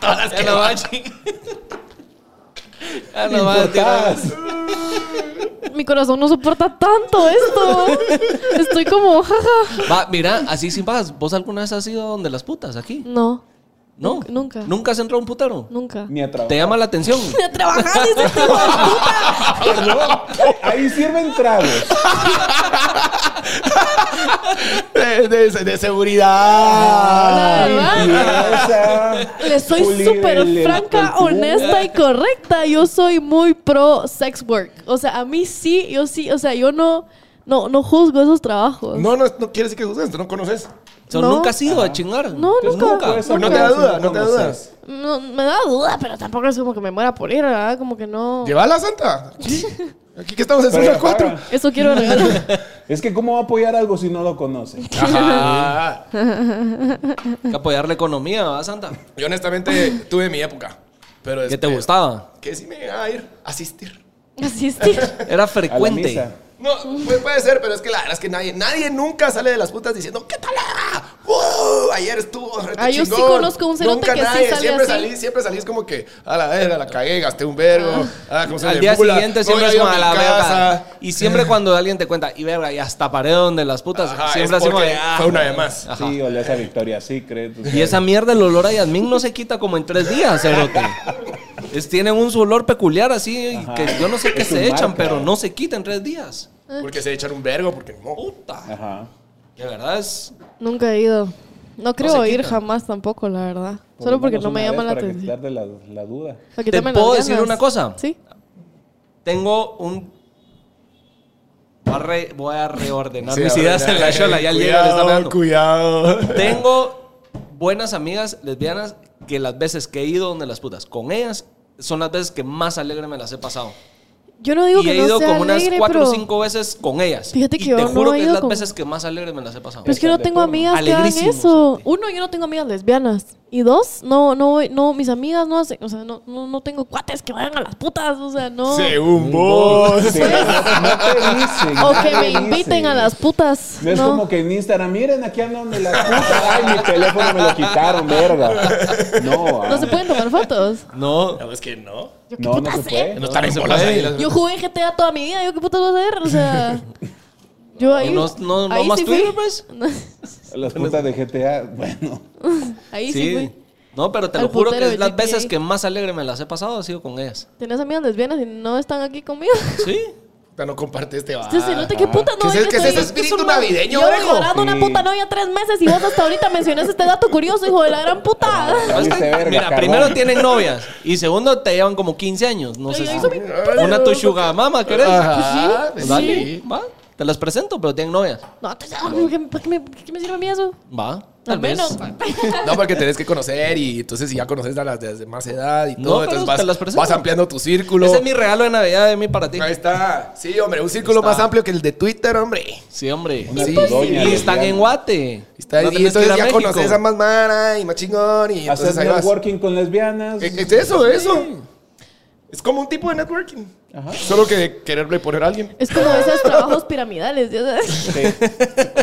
D: Todas las
B: Ya
D: que
B: no va,
D: van.
B: ching. Ya no va, tira.
E: Importadas.
A: Mi corazón no soporta tanto esto. Estoy como, jaja.
B: Va, mira, así sin paz. ¿Vos alguna vez has ido donde las putas aquí?
A: No,
B: No.
A: Nunca, nunca.
B: ¿Nunca has entrado a un putero?
A: nunca.
E: Ni a
B: ¿Te
E: trabajar.
B: llama la atención?
A: De trabajar, dice este hijo de puta.
E: Ahí sirven tragos.
D: De, de- de seguridad.
A: La verdad.
E: Limpieza.
A: Ah. Le soy
E: pulir el-
A: súper
E: el
A: franca,
E: perfume.
A: honesta y correcta. Yo soy muy pro sex work. O sea, a mí sí, yo sí, o sea, yo no, no, no juzgo esos trabajos.
D: No, no, no quiere decir que juzgues, no conoces.
B: O sea,
A: No.
B: ¿Nunca has ido a chingar?
A: No, nunca.
E: Pues,
D: No, no te da
E: acaso
D: duda, no te da duda.
E: conoces.
A: No, me da duda, pero tampoco es como que me muera por ir, ¿verdad? Como que no.
D: Lleva a la Santa. Aquí que estamos en
E: Pero
D: zona
E: ya
D: 4.
E: paga.
A: Eso quiero regalar.
E: Es que cómo va a apoyar algo si no lo conoce.
D: Ajá.
B: Hay que apoyar la economía, ¿verdad, Santa?
D: Yo honestamente tuve mi época. Pero
B: ¿Qué te
D: después-
B: gustaba?
D: Que sí me llegaba a ir, asistir.
A: Asistir.
B: Era
E: A la
B: frecuente.
E: misa.
D: No, pues puede ser, pero es que la verdad es que nadie, nadie nunca sale de las putas diciendo, ¿qué tal? era? ¡Uh! ayer estuvo rete
A: Ah, yo sí
D: chingón".
A: conozco un cerote
D: Nunca
A: que sí
D: nadie,
A: sale
D: siempre
A: así.
D: salís, siempre salís como que, a la verga, la cagué, gasté un vergo. Ah, como se
B: Al
D: me
B: día
D: pula,
B: siguiente
D: no
B: siempre es
D: voy a
B: como
D: ir
B: a
D: mi
B: la verga.
D: casa.
B: Y siempre cuando alguien te cuenta, y verga, y hasta paré donde las putas.
D: Ajá,
B: siempre
D: es
B: así como
D: porque
B: de, ah,
D: fue una de más.
B: Ajá.
E: Sí, olé esa Victoria Secret. o sea,
B: Y esa mierda, el olor a Yasmín no se quita como en tres días, cerote. Es, tienen un su olor peculiar así,
E: Ajá.
B: que yo no sé qué
E: Es
B: se
E: su
B: echan,
E: marca.
B: pero no se quita en tres días.
D: Porque se echan un vergo, porque no.
B: Puta.
E: Ajá.
B: De verdad es...
A: Nunca he ido. No creo
B: se
A: ir
B: quita.
A: jamás tampoco, la verdad.
E: Por
A: Solo
E: lo
A: porque
E: menos
A: no me
E: Pues una
A: llama
E: vez
A: la
E: para
A: atención.
E: quitarle la, la duda.
A: Para que
B: ¿Te
A: tomen las
B: puedo decir
A: ganas.
B: una cosa?
A: Sí.
B: Tengo un... Voy a, re- voy a reordenar
D: Sí,
B: mis
D: a ver, eh,
B: ideas en la shola. Ya llega, le está
D: Cuidado,
B: hablando.
D: cuidado.
B: Tengo buenas amigas lesbianas que las veces que he ido donde las putas con ellas son las veces que más alegre me las he pasado.
A: Yo no digo
B: y
A: que
B: he
A: no
B: ido
A: sea
B: como unas
A: alegre,
B: cuatro
A: pero-
B: o cinco veces con ellas.
A: Fíjate
B: Y
A: que yo
B: te
A: no
B: juro
A: he
B: que es
A: ido
B: las
A: con-
B: veces que más alegre me las he pasado.
A: Pero es que no
E: Están de
A: tengo
E: turno.
A: amigas que hagan
B: Alegrísimos,
A: eso.
B: sí.
A: Uno, yo no tengo amigas lesbianas. Y dos, no, no, voy- no, mis amigas no hacen, o sea, no, no, no tengo cuates que vayan a las putas, o sea, no.
D: Según vos.
E: Sí, no te dicen.
A: O
E: no
A: que
E: te
A: me
E: dicen.
A: inviten a las putas.
E: No es
A: No.
E: como que en Instagram, miren, aquí andan de la puta. Ay, mi teléfono me lo quitaron, verga. No, ah.
A: No se pueden tomar fotos.
B: No,
D: No, es que no.
A: Yo, ¿qué
E: no, no
A: putas
E: se
A: sé?
E: puede.
D: No están en
B: se
D: bolas
B: puede.
D: ahí. las-
A: Yo jugué GTA toda mi vida, yo qué putas voy a hacer, o sea. Yo ahí.
B: no, no, no
A: ahí
B: más
A: sí fui.
B: Twitter, pues.
E: Las putas de GTA, bueno.
A: Ahí
B: Sí.
A: sí fui.
B: No, pero te
A: Al
B: lo juro
A: putero
B: que es
A: de
B: las
A: GTA.
B: veces que más alegre me las he pasado ha sido con ellas.
A: ¿Tenés amigas lesbianas y no están aquí conmigo?
B: Sí.
D: Puta, no comparte este bar.
A: Este celote, qué puta
D: ¿Qué
A: no
D: es-
A: ven
D: qué es
A: soy-
D: ese
A: que
D: espíritu
A: una-
D: navideño,
A: Llevo
D: orejo?
A: ignorando una
E: Ah. Sí.
A: puta novia tres meses y vos hasta ahorita mencionas este dato curioso, hijo de la gran puta.
E: Valiste verga,
B: Mira,
E: cabrón.
B: primero tienen novias y segundo te llevan como 15 años. No sé
A: Ay,
B: si.
A: eso me-
B: Una tu sugar mama, ¿querés?
D: Ajá,
A: pues
D: pues
A: Sí,
D: sí.
B: Dale, va. Te las presento, pero tienen novias.
A: No, te- ¿para qué, para qué me, para qué me sirve a mí eso?
B: Va, tal vez.
A: menos.
D: No, porque tenés que conocer y entonces si ya conoces a las de más edad y
B: No,
D: todo,
B: pero
D: entonces
B: te las
D: vas,
B: presento.
D: vas ampliando tu círculo.
B: Ese es mi regalo de Navidad de mí para ti.
D: Ahí está. Sí, hombre, un círculo más amplio que el de Twitter, hombre.
B: Sí, hombre.
E: Una
D: Sí.
E: doña
B: Y están
E: lesbiana.
B: en Guate.
D: Está ahí,
B: No tenés
D: y
B: que ir
D: entonces
B: a
D: ya
B: México.
D: conoces a más mara y más chingón y entonces
E: Hacer
D: ahí vas. E, Eh,
E: networking con lesbianas.
D: Es es eso, eso. Es como un tipo de networking. Solo que de quererle poner a alguien.
A: Es como esos trabajos piramidales. ya sabes.
E: Sí.
D: eh.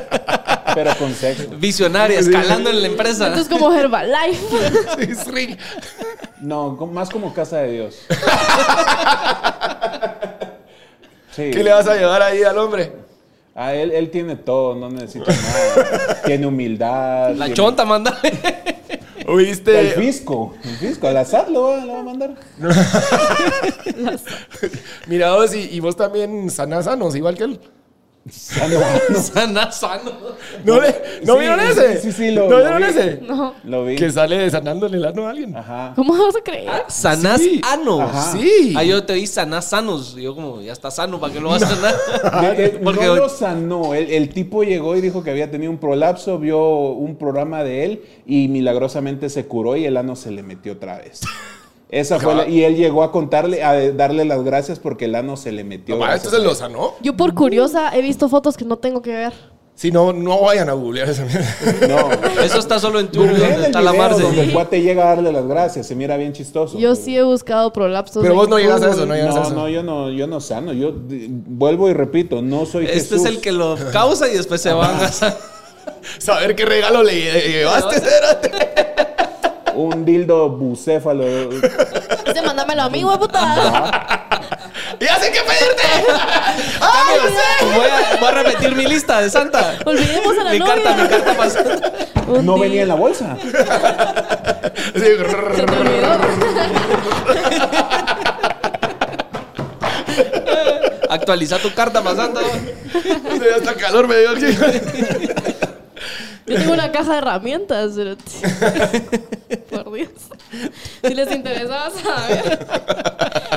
E: Pero con sexo.
B: Visionaria, escalando en la empresa.
A: Esto es como Herbalife.
D: Es re-
E: No, con- más como casa de Dios. Sí.
D: ¿Qué le vas a llevar ahí al hombre?
E: A él, él tiene todo, no necesita nada. tiene humildad.
B: La
E: tiene-
B: chonta, manda.
E: El
D: ¿Oíste?
E: fisco. El fisco. Al azar lo va, lo va a mandar.
D: Mira vos y, y vos también sanás sanos, igual que él.
E: Ah, no, no.
B: Sana, sano.
D: ¿No, le- ¿no
E: Sí,
D: vieron
E: sí,
D: ese?
E: sí, sí, lo-
D: ¿No
E: lo
D: vieron
E: vi.
D: ese?
A: No.
E: Lo vi.
D: Que sale sanándole el ano a alguien. Pues
E: Ajá.
A: ¿Cómo vas a creer?
B: Sanás anos.
E: Ajá.
D: Sí.
B: Ah, yo te oí sanás sanos. Yo como, ya está sano, ¿para qué lo vas a sanar?
E: De- de-
B: Porque-
E: no lo sanó. El, el tipo llegó y dijo que había tenido un prolapso, vio un programa de él y milagrosamente se curó y el ano se le metió otra vez. Esa fue la- y él llegó a contarle, a darle las gracias porque el ano se le metió.
D: Para
E: gracias
D: esto se
E: a-
D: lo sanó.
A: Yo por curiosa he visto fotos que no tengo que ver.
D: Si no, no vayan a googlear esa mierda.
E: No.
B: Eso está solo en tu
E: Googleen el
B: donde está la
E: video
B: Marce.
E: donde el cuate llega a darle las gracias, se mira bien chistoso.
A: Yo sí he buscado prolapsos.
D: Pero
A: en
D: vos no llegas a
A: Google.
D: eso, no llegas a
E: No,
D: eso.
E: no, yo no, yo no sano. Yo d- vuelvo y repito, no soy
B: Este es
E: Jesús.
B: el que lo causa y después se van a sanar.
D: Saber qué regalo le lle- llevaste, cerote.
E: Un dildo bucéfalo.
A: Ese mándamelo a mí, hueputa.
D: ¡Ya sé qué pedirte! ¡Ay, no sé!
B: Voy a, voy a repetir mi lista de Santa.
A: Olvidemos a la
B: mi
A: novia.
B: carta, mi carta pasada.
A: Un
E: No
A: día-
E: venía en la bolsa.
D: Sí,
A: Se te
D: grrr.
A: olvidó.
B: Actualiza tu carta para Santa.
D: Se dio hasta calor me dio aquí.
A: Yo tengo una caja de herramientas. pero- Por Dios. Si les interesaba saber.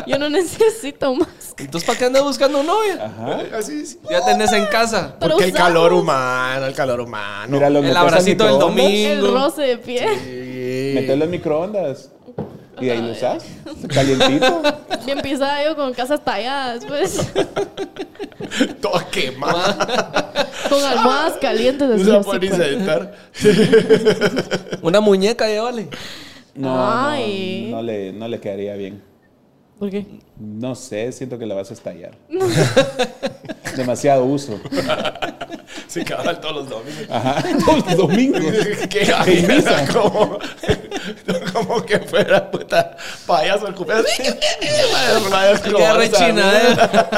A: Yo no necesito más.
B: Entonces, ¿para qué andas buscando novia?
D: Así sí.
B: Ya tenés en casa.
A: Pero
D: Porque el
A: usamos
D: calor humano, el calor humano.
E: Mira, lo
B: El
E: metes al
B: abracito del
E: microondas,
A: El
B: domingo.
A: roce de pie.
D: Sí.
E: Metelo en microondas. Y ahí lo usas. Calientito.
A: Bien pisada yo con casas talladas, pues.
D: Todo quemado.
A: Con almohadas calientes.
D: No
A: así,
D: se va a
A: así,
D: poder ni
A: pues.
D: sentar.
B: Una muñeca, ya vale.
E: No, no,
A: Ay.
E: no le, no le quedaría bien.
A: ¿Por qué?
E: No sé, siento que la vas a estallar. Demasiado uso.
D: Se cabal todos los domingos.
E: Ajá. Todos los domingos.
D: Que a mí me da como, como que fuera puta payaso el cupé. Así que
B: Queda rechinadera.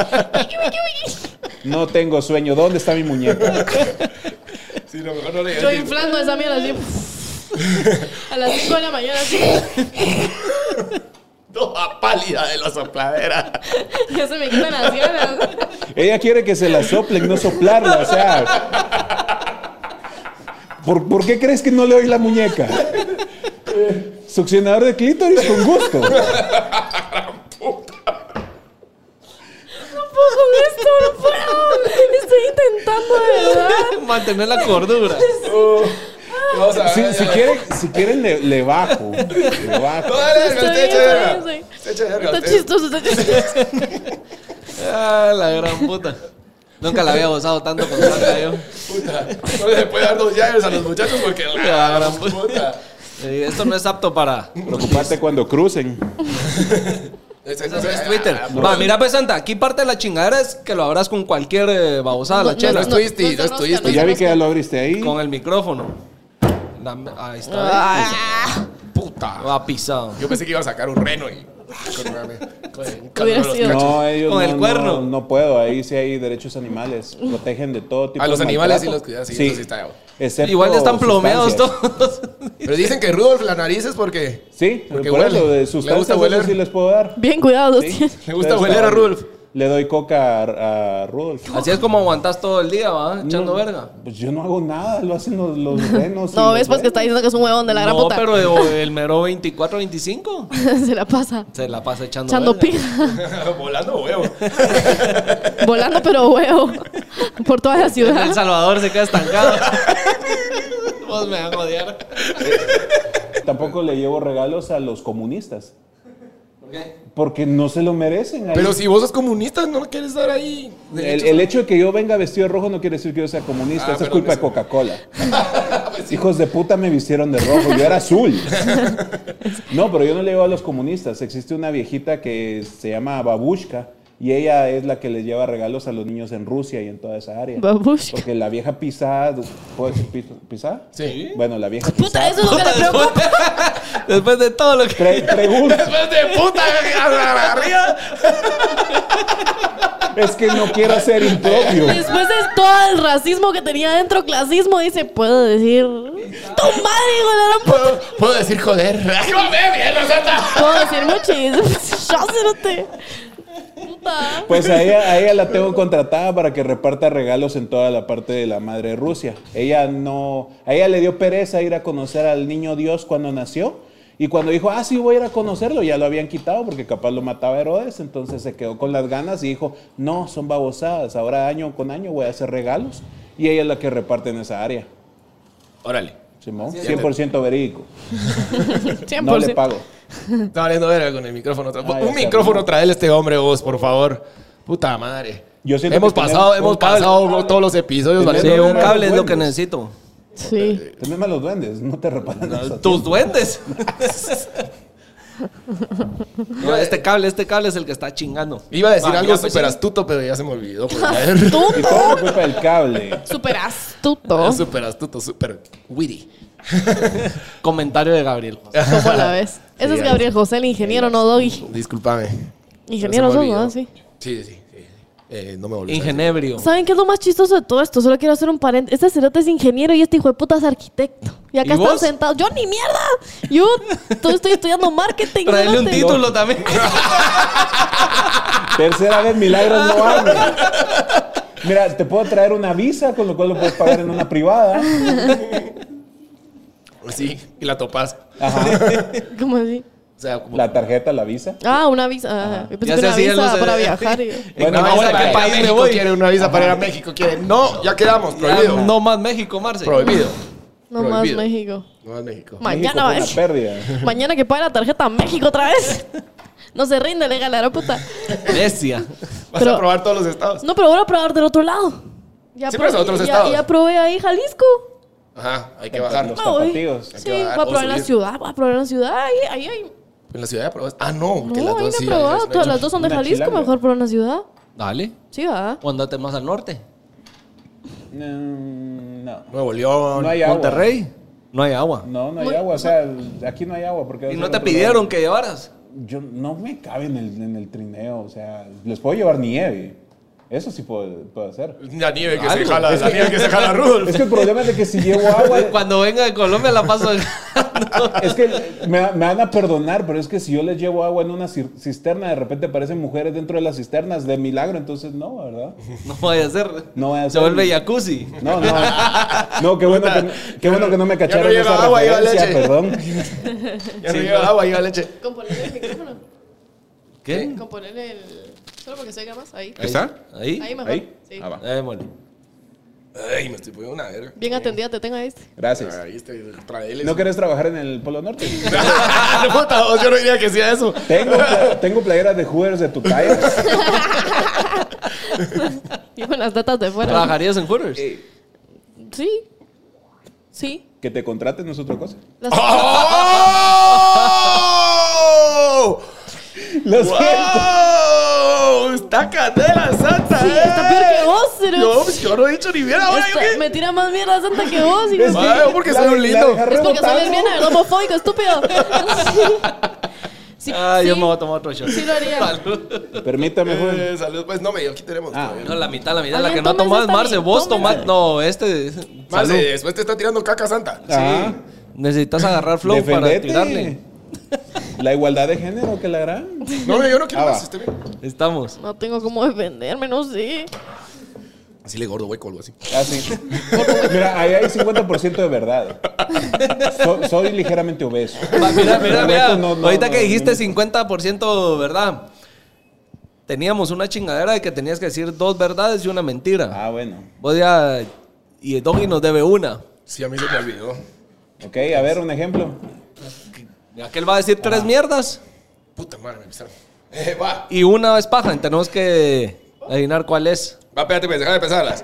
E: No tengo sueño. ¿Dónde está mi muñeca?
D: Si lo mejor no le
A: Yo inflando esa mierda así. A las 5 de la mañana así.
D: toda pálida de la sopladera.
A: Ya se me quitan las ganas.
E: Ella quiere que se la soplen, no soplarla. O sea. ¿Por, por qué crees que no le doy la muñeca? Succionador de clítoris con gusto.
A: No puedo con esto, no puedo. Estoy intentando de verdad.
B: eh. Mantener la cordura.
D: Vamos a ver.
E: Si, si quieren, si quieren le, le bajo. Le bajo.
A: Estoy bien, estoy bien, estoy- Está chistoso, está chistoso.
B: Ah, la gran puta. Nunca la había gozado tanto con Santa yo.
D: Puta, no se puede dar dos llaves a los muchachos porque la gran puta.
B: Eh, esto no es apto para.
E: Preocupate cuando crucen.
B: Eso no es Twitter.
D: Ah,
B: Va, mira, pues Santa, aquí parte de la chingadera es que lo abras con cualquier eh, babosada, la
A: No,
B: chela.
D: No es twisty, no es
A: conozcan,
D: twisty.
A: no
E: Pues Ya vi que ya
A: conozcan.
E: lo abriste ahí.
B: Con el micrófono. Dame- ahí está.
A: Ah,
B: eh.
D: Puta.
B: Va pisado.
D: Yo pensé que iba a sacar un reno y. Con una, con- con
A: Hubiera
D: los
A: sido.
D: cachos.
E: No, ellos
B: Con
E: no,
B: el
E: no,
B: cuerno.
E: No, puedo, ahí sí hay derechos animales. Protegen de todo tipo
D: A los
E: de
D: animales
E: maltrato.
D: y los cuidas, sí, eso sí está.
E: excepto
B: Igual ya están plomeados
E: sustancias.
B: todos.
D: Pero dicen que Rudolf la nariz es porque.
E: Sí,
D: Porque
E: por
D: huelen.
E: eso,
D: Le
E: de
D: gusta
E: sustancias
D: hueler.
E: eso sí les puedo dar.
A: Bien cuidado,
E: Sí.
A: tío.
D: Le gusta hueler a Rudolf.
E: le doy coca a, a Rudolf.
B: Así es como aguantas todo el día, ¿va? Echando
E: No,
B: verga.
E: Pues yo no hago nada, lo hacen los, los renos. y
A: No,
E: los
A: es porque está
E: buenos.
A: diciendo que es un huevón de la gran
B: no,
A: puta.
B: pero de- el mero 24, 25
A: Se la pasa.
B: se la pasa echando
A: Echando
B: verga.
A: pija.
D: Volando huevo.
A: Volando, pero huevo. Por toda la
B: En El
A: ciudad.
B: Salvador se queda estancado. Vos me vas a joder.
E: Tampoco le llevo regalos a los comunistas.
B: ¿Por qué?
E: Porque no se lo merecen. ahí.
D: Pero si vos sos comunista, no quieres dar ahí.
E: el, el hecho de que yo venga vestido de rojo no quiere decir que yo sea comunista.
D: Ah,
E: Esa es Pues
D: perdón,
E: culpa de
D: eso.
E: Coca-Cola. Hijos de puta me vistieron de rojo. Yo era azul. No, pero yo no le llevo a los comunistas. Existe una viejita que se llama Babushka y ella es la que les lleva regalos a los niños en Rusia y en toda esa área.
A: Babushka.
E: Porque la vieja pisada. ¿Puedo decir pis- pisada?
D: Sí.
E: Bueno, la vieja
A: Puta,
E: pisada.
A: eso es lo que le preocupa.
B: Después de todo lo que.
E: Pre- pregunta.
D: de puta! arriba!
E: Es que no quiero ser impropio.
A: Después de todo el racismo que tenía dentro, clasismo, dice, puedo decir... ¡Tu madre, hijo de la gran puta!
D: ¿Puedo, puedo decir joder.
A: Puedo decir muchis. "Pues, Yo cerote. Puta.
E: Pues a ella, a ella la tengo contratada para que reparta regalos en toda la parte de la madre Rusia. Ella no, a ella le dio pereza ir a conocer al niño Dios cuando nació. Y cuando dijo, ah, sí, voy a ir a conocerlo, ya lo habían quitado porque capaz lo mataba Herodes. Entonces se quedó con las ganas y dijo, no, son babosadas. Ahora año con año voy a hacer regalos. Y ella es la que reparte en esa área.
D: Órale.
E: Simón, 100% verídico.
A: 100%.
E: No le pago.
D: Está valiendo verga con el micrófono. Tra-
E: Ah, ya
D: un
E: está.
D: micrófono traele a este hombre vos, por favor. Puta madre.
E: Yo siento
D: hemos
E: que
D: pasado,
E: tenemos
D: hemos
E: un cable.
D: pasado todos los episodios.
E: Tenemos
D: valiendo
B: Sí, un
D: verga.
B: cable es lo que
E: Duendes.
B: necesito.
A: Sí.
E: También a los duendes, no te reparan. eso.
B: Tus duendes. No, este cable, este cable es el que está chingando.
D: Iba a decir
E: Ah,
B: Va,
D: algo
B: ya, pues,
D: súper
B: sí.
D: astuto, pero ya se me olvidó. pues, ya.
E: Y
A: Astuto.
E: todo por culpa del cable.
A: Súper astuto.
D: Súper astuto, súper witty.
B: Comentario de Gabriel.
A: ¿Cómo la ves? Ese es
D: ya.
A: Gabriel José, el ingeniero, no Doggy.
D: Disculpame.
A: Ingeniero sos,
D: Se me
A: ¿no?
D: olvidó.
A: Sí.
D: Sí, sí, sí. sí. Eh, no me volví. a decir.
B: Ingenebrio.
A: ¿Saben qué es lo más chistoso de todo esto? Solo quiero hacer un paréntesis. Este cerote es ingeniero y este hijo de puta es arquitecto. Y acá
B: ¿Y
A: están
B: vos?
A: sentados. ¡Yo ni mierda! Yo to- estoy estudiando marketing.
B: Traerle un
A: cerote.
B: título también.
E: Tercera vez, milagros no hablan. Mira, te puedo traer una visa, con lo cual lo puedes pagar en una privada.
D: Pues Sí, y la topas.
E: Ajá.
A: ¿Cómo así?
D: O sea, como.
E: La tarjeta, la visa.
A: Ah, una visa. Ah, yo pensé
B: Ya
A: que
B: se
A: una
B: hacían
A: visa
B: los-
A: para viajar. y-
E: Bueno,
D: Una
E: ahora,
D: visa
B: ¿a qué
D: para ir a
B: país me
D: México
B: voy?
D: quiere, una visa para ir a México quiere. No, ya quedamos, prohibido.
B: Ya, No más México, Marce.
D: Prohibido.
A: No más
D: Prohibido.
A: México.
D: No más México.
E: México
A: Mañana
E: fue
A: va
E: una pérdida.
A: Mañana que pague la tarjeta a México otra vez. No se rinde, legal, la gran puta.
B: Bestia.
D: Vas
A: Pero-
D: a probar todos los estados.
A: No, pero voy a probar del otro lado. Ya
D: Sí, pero es
A: probé-
D: otros
A: ya-
D: estados. Pues
A: Ya probé ahí Jalisco.
D: Ajá, hay que
E: Los
D: bajar.
A: Ah, voy.
E: tapatíos.
A: Sí, voy
D: que bajar
A: a
D: o
A: probar la
D: subir.
A: ciudad, voy a probar la ciudad. Ahí, ahí, ahí.
D: En la ciudad ya probaste. Ah, no, porque
A: No,
D: las
A: ahí no
D: dos sí.
A: he probado.
D: las-
A: Todas las dos son de
E: Una
A: Jalisco,
E: chilanga.
A: mejor probar una ciudad.
B: Dale.
A: Sí, va.
B: O andate más al norte.
E: No, Mm, no.
D: Nuevo León.
E: No hay agua.
B: Monterrey. No hay agua.
E: No, no hay agua. O sea, aquí no hay agua. Porque
B: Y no te pidieron que llevaras.
E: Yo no me cabe en el, en el trineo. O sea, les puedo llevar nieve. Eso sí puedo, puedo hacer.
D: La nieve que se
B: Algo.
D: jala, la nieve que se jala Rudolf.
E: Es que el problema es de que si llevo agua.
B: Cuando venga de Colombia la paso.
E: Es que me, me van a perdonar, pero es que si yo les llevo agua en una cir- cisterna, de repente aparecen mujeres dentro de las cisternas de milagro, entonces no, ¿verdad?
B: No vaya a ser.
E: No vaya a
B: Se
E: ser.
B: vuelve jacuzzi.
E: No, no. No, qué bueno,
D: Puta,
E: que, qué bueno que no me
D: ya no
E: cacharon
D: lleva
E: esa
D: agua, lleva
E: referencia,
D: leche.
E: perdón.
D: Ya no lleva agua, lleva leche.
A: Con ponerle el micrófono.
B: ¿Qué?
A: Con ponerle el. Solo porque se oiga más. Ahí.
D: ¿Está?
B: Ahí.
A: Ahí mejor.
E: Ahí.
A: Sí.
E: Ah, va.
B: Eh, bueno.
D: Ay, me estoy poniendo una verga.
A: Bien atendida te tengo ahí.
E: Gracias.
D: Ahí está, traeles.
E: ¿No querés trabajar en el Polo Norte?
D: Puta, vos, yo no diría que sea eso.
E: Tengo, pla- tengo playeras de Hooters de tu talla.
A: Y con las datas de fuera.
B: ¿Trabajarías en Hooters?
A: Sí. Sí.
E: Que te contraten no es otra cosa.
A: Las-
D: ¡Oh!
E: Lo siento.
D: ¡Wow! ¡Está candela santa!
A: Sí, está peor que vos, pero-
D: Yo, yo no he dicho ni bien ahora,
A: Esta-
D: yo qué.
A: Me tira más mierda santa que vos. hijo de
E: Es que
D: Vale, porque
E: la-
D: soy un
E: la
D: lindo.
E: deja
A: Es porque soy
E: rebotando.
A: lesbiana, ¿verdad? homofóbico, estúpido. Sí,
B: Ah, yo
A: sí,
B: me voy a tomar otro shot.
A: sí lo haría.
E: Permítame, joven.
D: Eh, salud, pues no me dio, aquí tenemos.
E: Ah.
D: todavía.
B: No, la mitad, la mitad. La
A: Alguien
B: que no
A: toma
B: tomás,
A: esa
B: Marce.
A: también,
B: Vos tomás.
A: tómela.
B: No, este.
D: Marce,
B: Salud.
D: después te está tirando caca santa.
E: Ah,
B: Necesitas agarrar flow para
E: defendete.
B: tirarle.
E: La igualdad de género, que la gran.
D: No, no, yo no quiero
E: Ah, va.
D: más. Este, bien.
B: Estamos.
A: No tengo cómo defenderme, no sé.
D: así le gordo hueco o algo así.
E: Ah, sí. Mira, ahí hay 50% de verdad. So- soy ligeramente obeso.
B: Va, mira, mira, mira.
E: No, no,
B: Ahorita
E: no,
B: que
E: no,
B: dijiste
E: no.
B: 50%, ¿verdad? Teníamos una chingadera de que tenías que decir dos verdades y una mentira.
E: Ah, bueno.
B: Voy a... Y el Doggy nos debe una.
D: Sí, a mí se me olvidó.
E: Ok, a ver, un ejemplo.
B: Aquel va a decir
E: Ah.
B: tres mierdas
D: Puta madre, me avisaron. Eh, va.
B: y una es paja. y Tenemos que adivinar cuál es.
D: Va, espérate, pues, déjame pensarlas.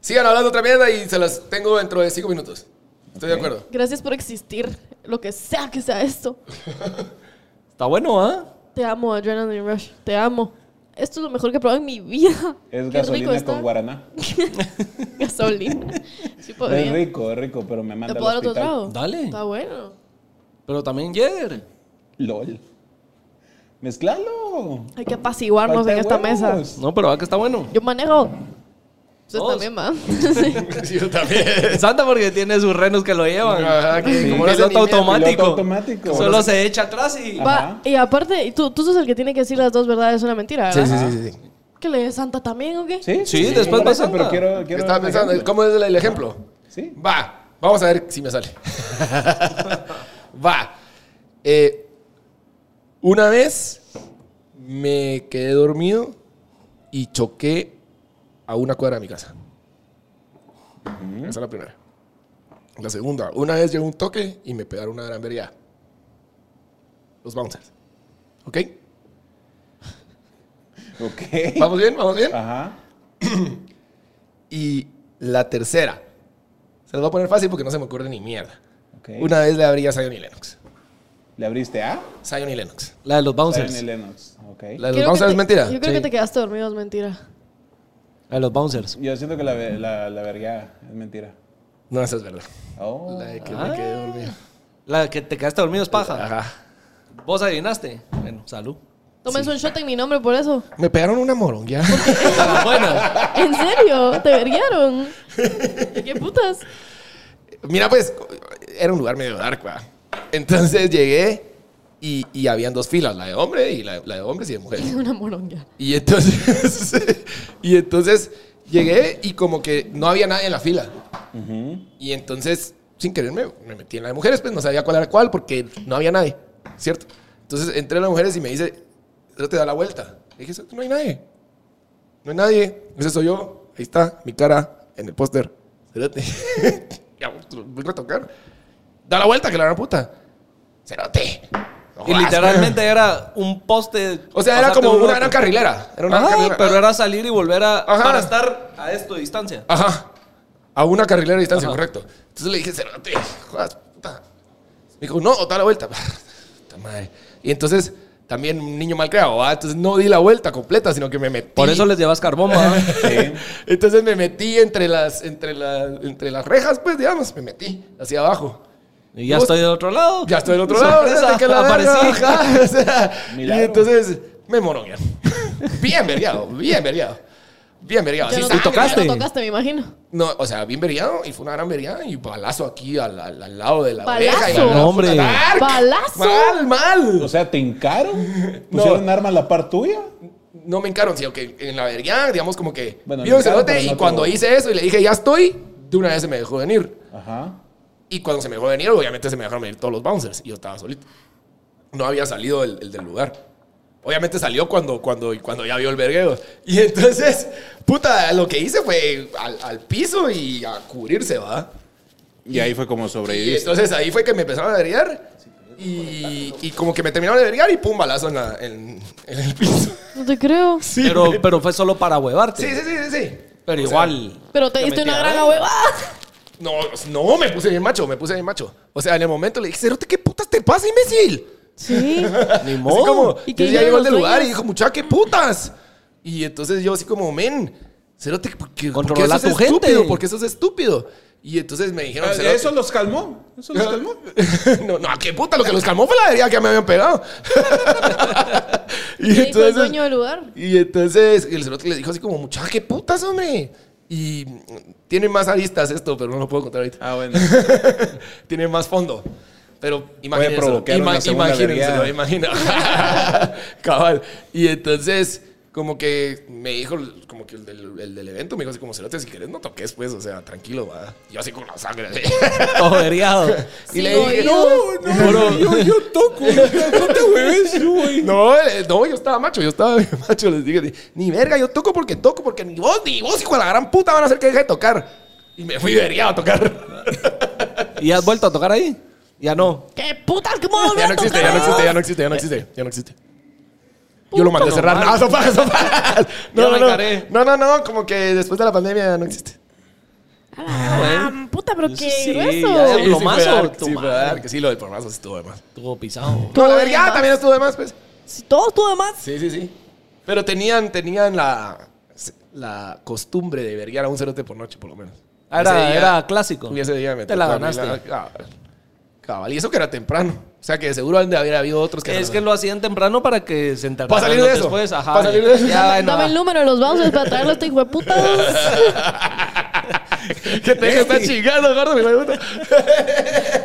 D: Sigan hablando otra mierda y se las tengo dentro de cinco minutos. Estoy de acuerdo.
A: Gracias por existir, lo que sea que sea esto.
B: Está bueno, ¿ah?
A: Te amo, Adrenaline Rush. Te amo. Esto es lo mejor que he probado en mi vida.
E: Es
A: Qué rico
E: gasolina
A: está.
E: con guaraná.
A: Gasolina. Sí,
E: No, Es
A: podría.
E: rico, es rico, pero me manda
A: ¿Te
E: al
A: puedo dar otro
E: hospital.
A: trago?
B: Dale.
A: Está bueno.
B: Pero también Jeder.
E: LOL. Mezclalo.
A: Hay que apaciguarnos
E: Falta
A: en esta
E: huevos.
A: mesa.
B: No, pero va que está bueno.
A: Yo manejo. Usted
B: Dos.
A: también va.
D: Sí, yo también.
B: Santa porque tiene sus renos que lo llevan.
D: Ajá, que
E: Ah, Sí.
D: como
B: piloto
D: no sé ni mierda.
B: automático.
E: Piloto automático.
B: Solo se echa atrás y...
E: Ah.
A: Va,
E: Ajá.
A: y aparte, tú, tú sos el que tiene que decir las dos verdades una mentira, ¿verdad?
D: sí, sí, sí.
A: ¿Que le des santa también o qué?
E: Sí,
B: Sí, después
E: por eso,
B: pasa.
E: Pero quiero, quiero
D: Estaba
E: un
D: pensando,
E: ejemplo.
D: ¿cómo es el ejemplo?
E: Sí.
D: Va, vamos a ver si me sale. Va. Eh, una vez me quedé dormido y choqué a una cuadra de mi casa. Esa es la primera. La segunda, una vez llegó un toque y me pegaron una gran verga. Los bouncers. ¿Ok?
E: Ok.
D: ¿Vamos bien? ¿Vamos bien?
E: Ajá.
D: Y la tercera. Se las voy a poner fácil porque no se me ocurre ni mierda.
E: Ok.
D: Una vez le abrí a Zion y Lennox.
E: ¿Le abriste a?
D: Zion y Lennox.
B: La de los bouncers.
E: Tiny Lennox. Ok.
D: La de los
A: Creo que
D: bouncers
A: te-
D: es mentira.
A: Yo creo
D: Sí.
A: que te quedaste dormido, es mentira.
B: La de los bouncers.
E: Yo siento que la, ve- la, la vergueada es mentira.
D: No, esa es verdad.
E: Oh.
D: La de que me quedé
A: Ah.
D: dormido.
B: La que te quedaste dormido es
E: Ah.
B: paja.
D: Ajá.
B: ¿Vos adivinaste? Bueno, salud.
A: Tómense un shot en mi nombre por eso.
D: Me pegaron una moronguea.
B: Buena.
A: ¿En serio? ¿Te verguiaron? ¿Qué putas?
D: Mira, pues, era un lugar medio dark, va. Entonces llegué y, y habían dos filas, la de hombre y la, la de hombres y de mujeres.
A: Una moronga.
D: Y entonces, y entonces llegué y como que no había nadie en la fila. Y entonces, sin querer, me, me metí en la de mujeres, pues no sabía cuál era cuál porque no había nadie, ¿cierto? Entonces entré en las mujeres y me dice, no te da la vuelta. Y dije, no hay nadie. No hay nadie. Ese soy yo. Ahí está, mi cara en el póster. Cerote. ya, pues, lo voy a tocar. Da la vuelta, que la gran puta. Cerote. No
B: Y
D: jodas,
B: literalmente era un poste.
D: o sea, era
B: pasarte de
D: como
B: un
D: una
B: lado.
D: gran carrilera. Era una gran
B: Ajá,
D: carrilera.
B: pero era salir y volver a
D: Ajá.
B: para estar a esto de distancia.
D: Ajá. A una carrilera de distancia, correcto. Entonces le dije, cerote, jodas, puta. Me dijo, no, da la vuelta. Puta madre. Y entonces, también un niño mal creado, ¿va? Entonces no di la vuelta completa, sino que me metí.
B: Por eso les llevas carbón, ¿va?
E: Sí.
D: Entonces me metí entre las, entre, las, entre las rejas, pues, digamos, me metí hacia abajo.
B: Y ya
D: Vos-
B: estoy del otro lado.
D: Ya estoy del otro lado,
B: Sorpresa,
D: desde que la
B: aparecí.
D: verga, ajá, o sea, y
E: Milagro.
D: entonces me moronguean. Bien vergueado, bien vergueado. Bien vergueado.
A: Ya no-
D: así,
B: sí,
A: ya
D: sangre,
B: tocaste.
A: No tocaste, me imagino.
D: No, o sea, bien veriado y fue una gran veriada y balazo aquí al, al- al lado de la
A: Balazo.
D: oreja. y al-
B: No, hombre.
D: ¡Dark!
A: Balazo.
D: Mal,
E: O
D: mal.
E: sea, ¿te hincaron? ¿Pusieron arma a la par tuya?
D: No me encaron, sino que en la veriada, digamos como que
E: Bueno,
D: vio
E: me
D: el cerote
E: encaron,
D: y
E: pero no
D: cuando
E: te-
D: hice eso y le dije, ya estoy, de una vez se me dejó venir.
E: Ajá.
D: Y cuando se me dejó venir, obviamente se me dejaron venir todos los bouncers y yo estaba solito. No había salido el, el del lugar. Obviamente salió cuando, cuando, cuando ya vio el vergueo. Y entonces, puta, lo que hice fue al, al piso y a cubrirse, ¿va?
E: Y ahí fue como
D: Y
E: sobreviviste.
D: entonces ahí fue que me empezaron a deriar. Y, y como que me terminaron de deriar y pum, balazo en, la- en- en el piso.
A: No te creo.
D: Sí,
B: Pero, pero fue solo para huevarte.
D: sí, sí, sí, sí, sí.
B: Pero
D: O sea,
B: igual.
A: Pero te
B: Te
A: diste una
B: metí a-
A: gran hueva.
D: no, no, me puse bien macho, me puse bien macho. O sea, en el momento le dije, Cerote, ¿qué putas te pasa, imbécil?
A: Sí.
B: Ni
D: Así como,
B: modo.
A: ¿Y qué
D: entonces ya llegó
A: dijeron
D: el del
A: los
D: lugar y
A: dueños?
D: dijo, muchacha, ¿qué putas? Y entonces yo así como, men, Cerote, ¿por qué, por qué
B: Controla
D: sos
B: tu gente.
D: estúpido? ¿Por qué sos estúpido? Y entonces me dijeron, "Cerote".
E: Ah, Eso los calmó. Eso los calmó.
D: no, no, qué puta, lo que los calmó fue la herida que me habían pegado. y
A: ¿Qué dijo el
D: entonces,
A: dueño del lugar?
D: y entonces el cerote le dijo así como, muchacha, qué putas, hombre. Y mm, tiene más aristas esto, pero no lo puedo contar ahorita.
E: Ah, bueno.
D: Tiene más fondo. Pero imagínenselo.
E: provocar una segunda
D: imagínenselo,
E: vergueada.
D: imagínenselo. Cabal. Y entonces, como que me dijo, el- como que el del, el del evento me dijo así como, cerote, si querés no toques, pues, o sea, tranquilo, va. Yo así con la sangre. así.
B: Todo averiado.
D: Y le
C: Sigo
D: dije,
C: yo.
D: no, no, no, yo, yo toco. No te hueves, No, eh, no, yo estaba macho, yo estaba bien macho. Les dije, ni verga, yo toco porque toco, porque ni vos, ni vos, hijo de la gran puta, van a hacer que deje de tocar. Y me fui averiado a tocar.
B: ¿Y has vuelto a tocar ahí? Ya no.
A: ¿Qué putas? ¿Cómo vas a
D: Ya no existe, ya no existe, ya no existe, ya no existe, ya no existe. Yo lo mandé a cerrar. Ah, No, sopas, sopas.
B: Ya
D: No,
B: me
D: no, no.
B: encaré.
D: No, no, no, como que después de la pandemia ya no existe.
A: Ah, puta, pero qué
B: sí,
A: grueso.
B: ya-
D: Sí, sí fue
B: plomazo,
D: dar-
B: tu
D: Sí, fue
B: madre.
D: dar, que sí, lo del plomazo sí estuvo de más.
B: Estuvo pisado.
D: Todo la verga también estuvo de más, pues.
A: Si todo estuvo de más.
D: Sí, sí, sí. Pero tenían, tenían la, la costumbre de verguiar a un cerote por noche, por lo menos.
B: Ah,
D: Ese
B: Era,
D: día-
B: era clásico.
D: Y ese día me
B: Te la
D: tocó a mí
B: ganaste.
D: cabal. Cabal, y eso que era temprano. O sea, que de seguro han de haber habido otros que...
B: Es que lo hacían temprano para que se enterraran.
D: Para salir de eso.
B: Después, ajá.
D: Para salir de eso.
B: Ya, bueno,
A: Dame el número de los vouchers para traerlo a este hijo de puta.
D: que te dejan estar chingando, gordo, mi madre.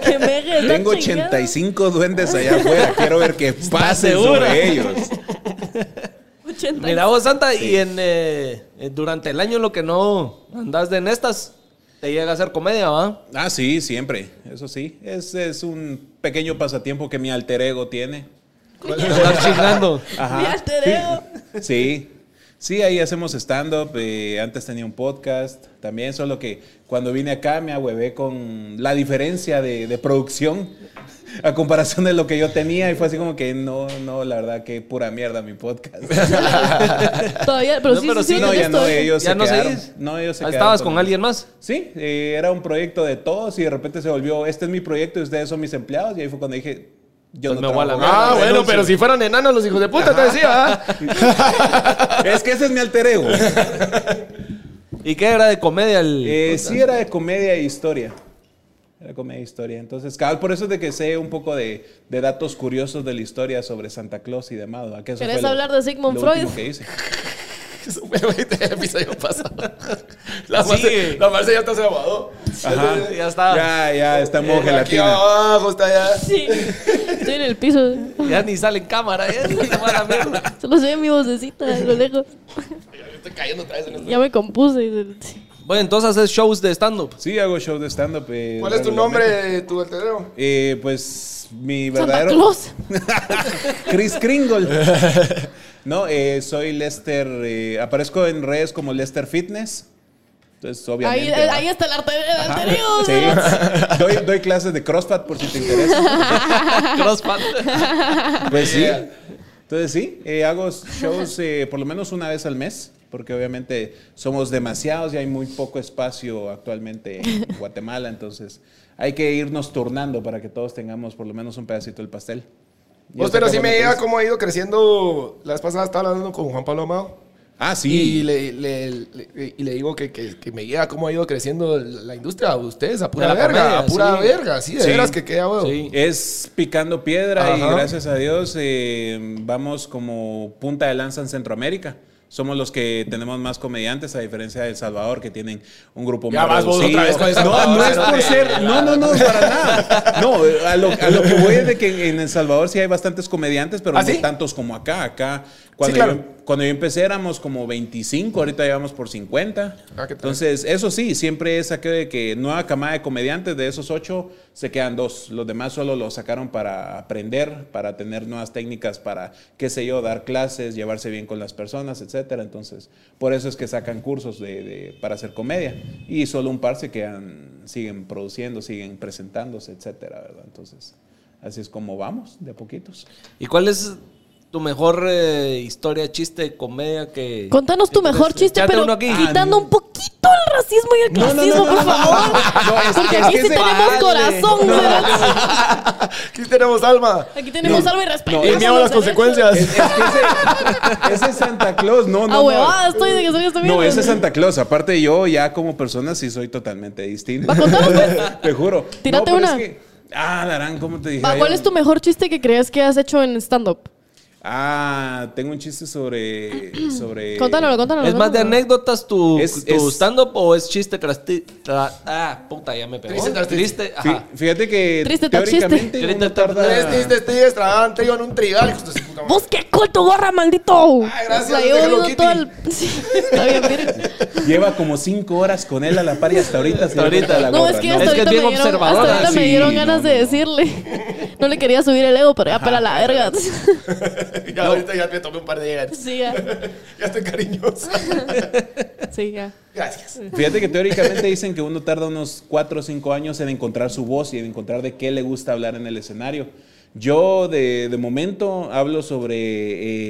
A: Que me deje de estar
E: Tengo
A: chingando.
E: 85 duendes allá afuera. Quiero ver que pasen
B: segura?
E: sobre ellos.
A: 80.
B: Mira vos, Santa, y en, eh, eh, durante el año lo que no andas de en estas, te llega a hacer comedia, ¿va?
E: Ah, sí, siempre. Eso sí. Es, es un pequeño pasatiempo que mi alter ego tiene.
B: Andar chingando.
E: Ajá.
A: Mi alter ego.
E: Sí. Sí, ahí hacemos stand-up. eh, antes tenía un podcast también, solo que cuando vine acá me ahuevé con la diferencia de, de producción a comparación de lo que yo tenía. Y fue así como que no, no, la verdad que pura mierda mi podcast.
A: Todavía, pero
B: No,
A: sí,
B: pero
A: sí,
B: sí,
A: sí,
E: no, ya
A: esto
E: no, eh.
A: es-
E: ellos
B: ¿Ya
E: se
B: no
E: quedaron.
B: seguís?
E: No, ellos se
B: Ahí
E: quedaron
B: estabas
E: con-
B: con alguien más.
E: Sí, eh, era un proyecto de todos y de repente se volvió, este es mi proyecto y ustedes son mis empleados. Y ahí fue cuando dije, yo
B: Pues
E: no
B: me voy a la
E: trabajo.
B: mierda.
D: Ah, bueno,
B: renuncio.
D: pero si fueran enanos los hijos de puta, te decía, ¿ah?
E: Es que ese es mi alter ego.
B: ¿Y qué era de comedia el.?
E: Eh, sí, era de comedia e historia. Era comedia e historia. Entonces, cabal, por eso es de que sé un poco de, de datos curiosos de la historia sobre Santa Claus y demás. ¿verdad? Que eso
A: ¿Querés
E: fue lo-
A: hablar de Sigmund
E: lo
A: Freud?
E: último que hice.
D: Eso fue el 20 episodio pasado. La
B: Sí.
D: Marce, la Marce ya está se aguadó.
E: Ajá.
B: Ya está.
E: Ya, ya, está en modo
D: Eh, Aquí
E: gelatina.
D: abajo está ya.
A: Sí. Estoy en el piso.
B: Ya ni sale en cámara, ¿eh? Se va a la mierda.
A: Solo se ve mi vocecita a lo lejos.
D: Estoy cayendo otra vez en este esto.
A: Ya me compuse.
B: Bueno, entonces haces shows de stand-up.
E: Sí, hago show de stand-up. eh,
D: ¿Cuál es tu
E: regularmente.
D: nombre, tu alterero?
E: Eh, pues mi
A: Santa
E: verdadero...
A: Claus.
E: Chris Kringle. No, eh, soy Lester. eh, aparezco en redes como Lester Fitness. Entonces,
A: Ahí,
E: obviamente. ¿va?
A: ahí está el arte el
E: Ajá.
A: alter ego.
E: Sí. doy, doy clases de CrossFit por si te interesa.
B: Crossfit.
E: Pues sí.
D: Yeah.
E: Entonces sí, eh, hago shows eh, por lo menos una vez al mes, porque obviamente somos demasiados y hay muy poco espacio actualmente en Guatemala, entonces hay que irnos turnando para que todos tengamos por lo menos un pedacito del pastel. Yo
D: Vos,
E: sé
D: pero
E: que
D: sí
E: vos
D: me
E: no
D: llega
E: tenés-
D: cómo ha ido creciendo. La vez pasada estaba hablando con Juan Pablo Amado.
E: Ah,
D: Y
E: sí.
D: le, le- le- y le digo que, que- que me llega cómo ha ido creciendo la industria. Ustedes, a
B: De
D: pura
B: la
D: verga,
B: comedia,
D: a pura
B: sí.
D: verga. Sí, de
E: Sí.
D: veras que queda, huevo.
B: Sí.
E: Es picando piedra y
D: Ajá.
E: gracias a Dios eh, vamos como punta de lanza en Centroamérica. Somos los que tenemos más comediantes, a diferencia de El Salvador, que tienen un grupo
D: Ya
E: más
D: vas vos otra
E: reducido.
D: vez con El
E: No,
D: Salvador,
E: no es
D: cerote.
E: por ser... No, no, no, para nada. No, a lo, a lo que voy es de que en El Salvador sí hay bastantes comediantes, pero
D: ¿Ah,
E: no
D: sí?
E: tantos como acá. Acá, cuando,
D: claro.
E: yo, cuando yo empecé éramos como 25, ahorita llevamos por 50.
D: Ah, qué tal.
E: Entonces, eso sí, siempre es aquello de que nueva camada de comediantes, de esos ocho, se quedan dos. Los demás solo los sacaron para aprender, para tener nuevas técnicas, para, qué sé yo, dar clases, llevarse bien con las personas, etcétera. Entonces, por eso es que sacan cursos de, de- para hacer comedia. Y solo un par se quedan, siguen produciendo, siguen presentándose, etcétera, ¿verdad? Entonces, así es como vamos, de a poquitos.
B: ¿Y cuál es tu mejor eh, historia, chiste, comedia que.
A: Contanos tu mejor
B: Entonces,
A: chiste,
B: échate
A: pero Ah,
B: uno aquí.
A: quitando un poquito el racismo y el clasismo, por favor. Porque aquí sí tenemos
B: vale.
A: corazón, ¿verdad?
D: Aquí tenemos alma.
A: Aquí tenemos
E: No,
A: algo y respeto.
D: Y miedo a las consecuencias.
E: Es, es que ese, ese es Santa Claus, no, no.
A: Ah,
E: no.
A: huevada, estoy de que soy esta
E: No,
A: mierda.
E: ese es Santa Claus. Aparte, yo ya como persona sí soy totalmente distinto. te juro.
A: pues. Tírate
E: No, pero
A: una.
E: es que- ah, Darán, ¿cómo te dije?
A: Va, ¿Cuál es tu mejor chiste que crees que has hecho en stand-up?
E: Ah, tengo un chiste sobre. sobre
A: Contánalo, contánalo.
B: ¿Es más de
A: contánalo.
B: anécdotas tu,
E: Es-
B: tu
E: es-
B: stand-up o es chiste trasti- tra- Ah, puta, ya me pegó.
D: Triste, trasti-
B: Triste,
E: Fí-
B: ajá.
E: Fíjate que
A: Triste tal
E: teóricamente
B: chiste.
E: uno
B: Triste tal-
E: tarda-
D: Tres tristes tigres tragaban trigo en un trigal. hijos de su puta madre.
A: ¡Vos qué cool tu gorra, maldito!
D: Ah, gracias,
A: La
D: es de
A: llevo
D: Hello
A: viendo
D: Kitty.
A: todo el... Sí, está bien, miren.
E: lleva como cinco horas con él a la par y hasta ahorita se
B: Hasta
E: le
B: ahorita.
E: corta la
A: No,
E: gorra,
A: es que
E: ¿no?
A: hasta
B: Es que es
A: ahorita,
B: bien
A: me, dieron, hasta
B: observadora.
A: ahorita me
E: Sí,
A: dieron
E: no,
A: ganas
E: no,
A: de
E: no.
A: decirle. No le quería subir el ego, pero ya para la verga.
D: Ya ahorita ya me tomé un par de llegas.
A: Sí, ya.
D: Ya estoy cariñoso.
A: Sí, ya.
D: Gracias.
E: Fíjate que teóricamente dicen que uno tarda unos 4 o 5 años en encontrar su voz y en encontrar de qué le gusta hablar en el escenario. Yo de, de momento hablo sobre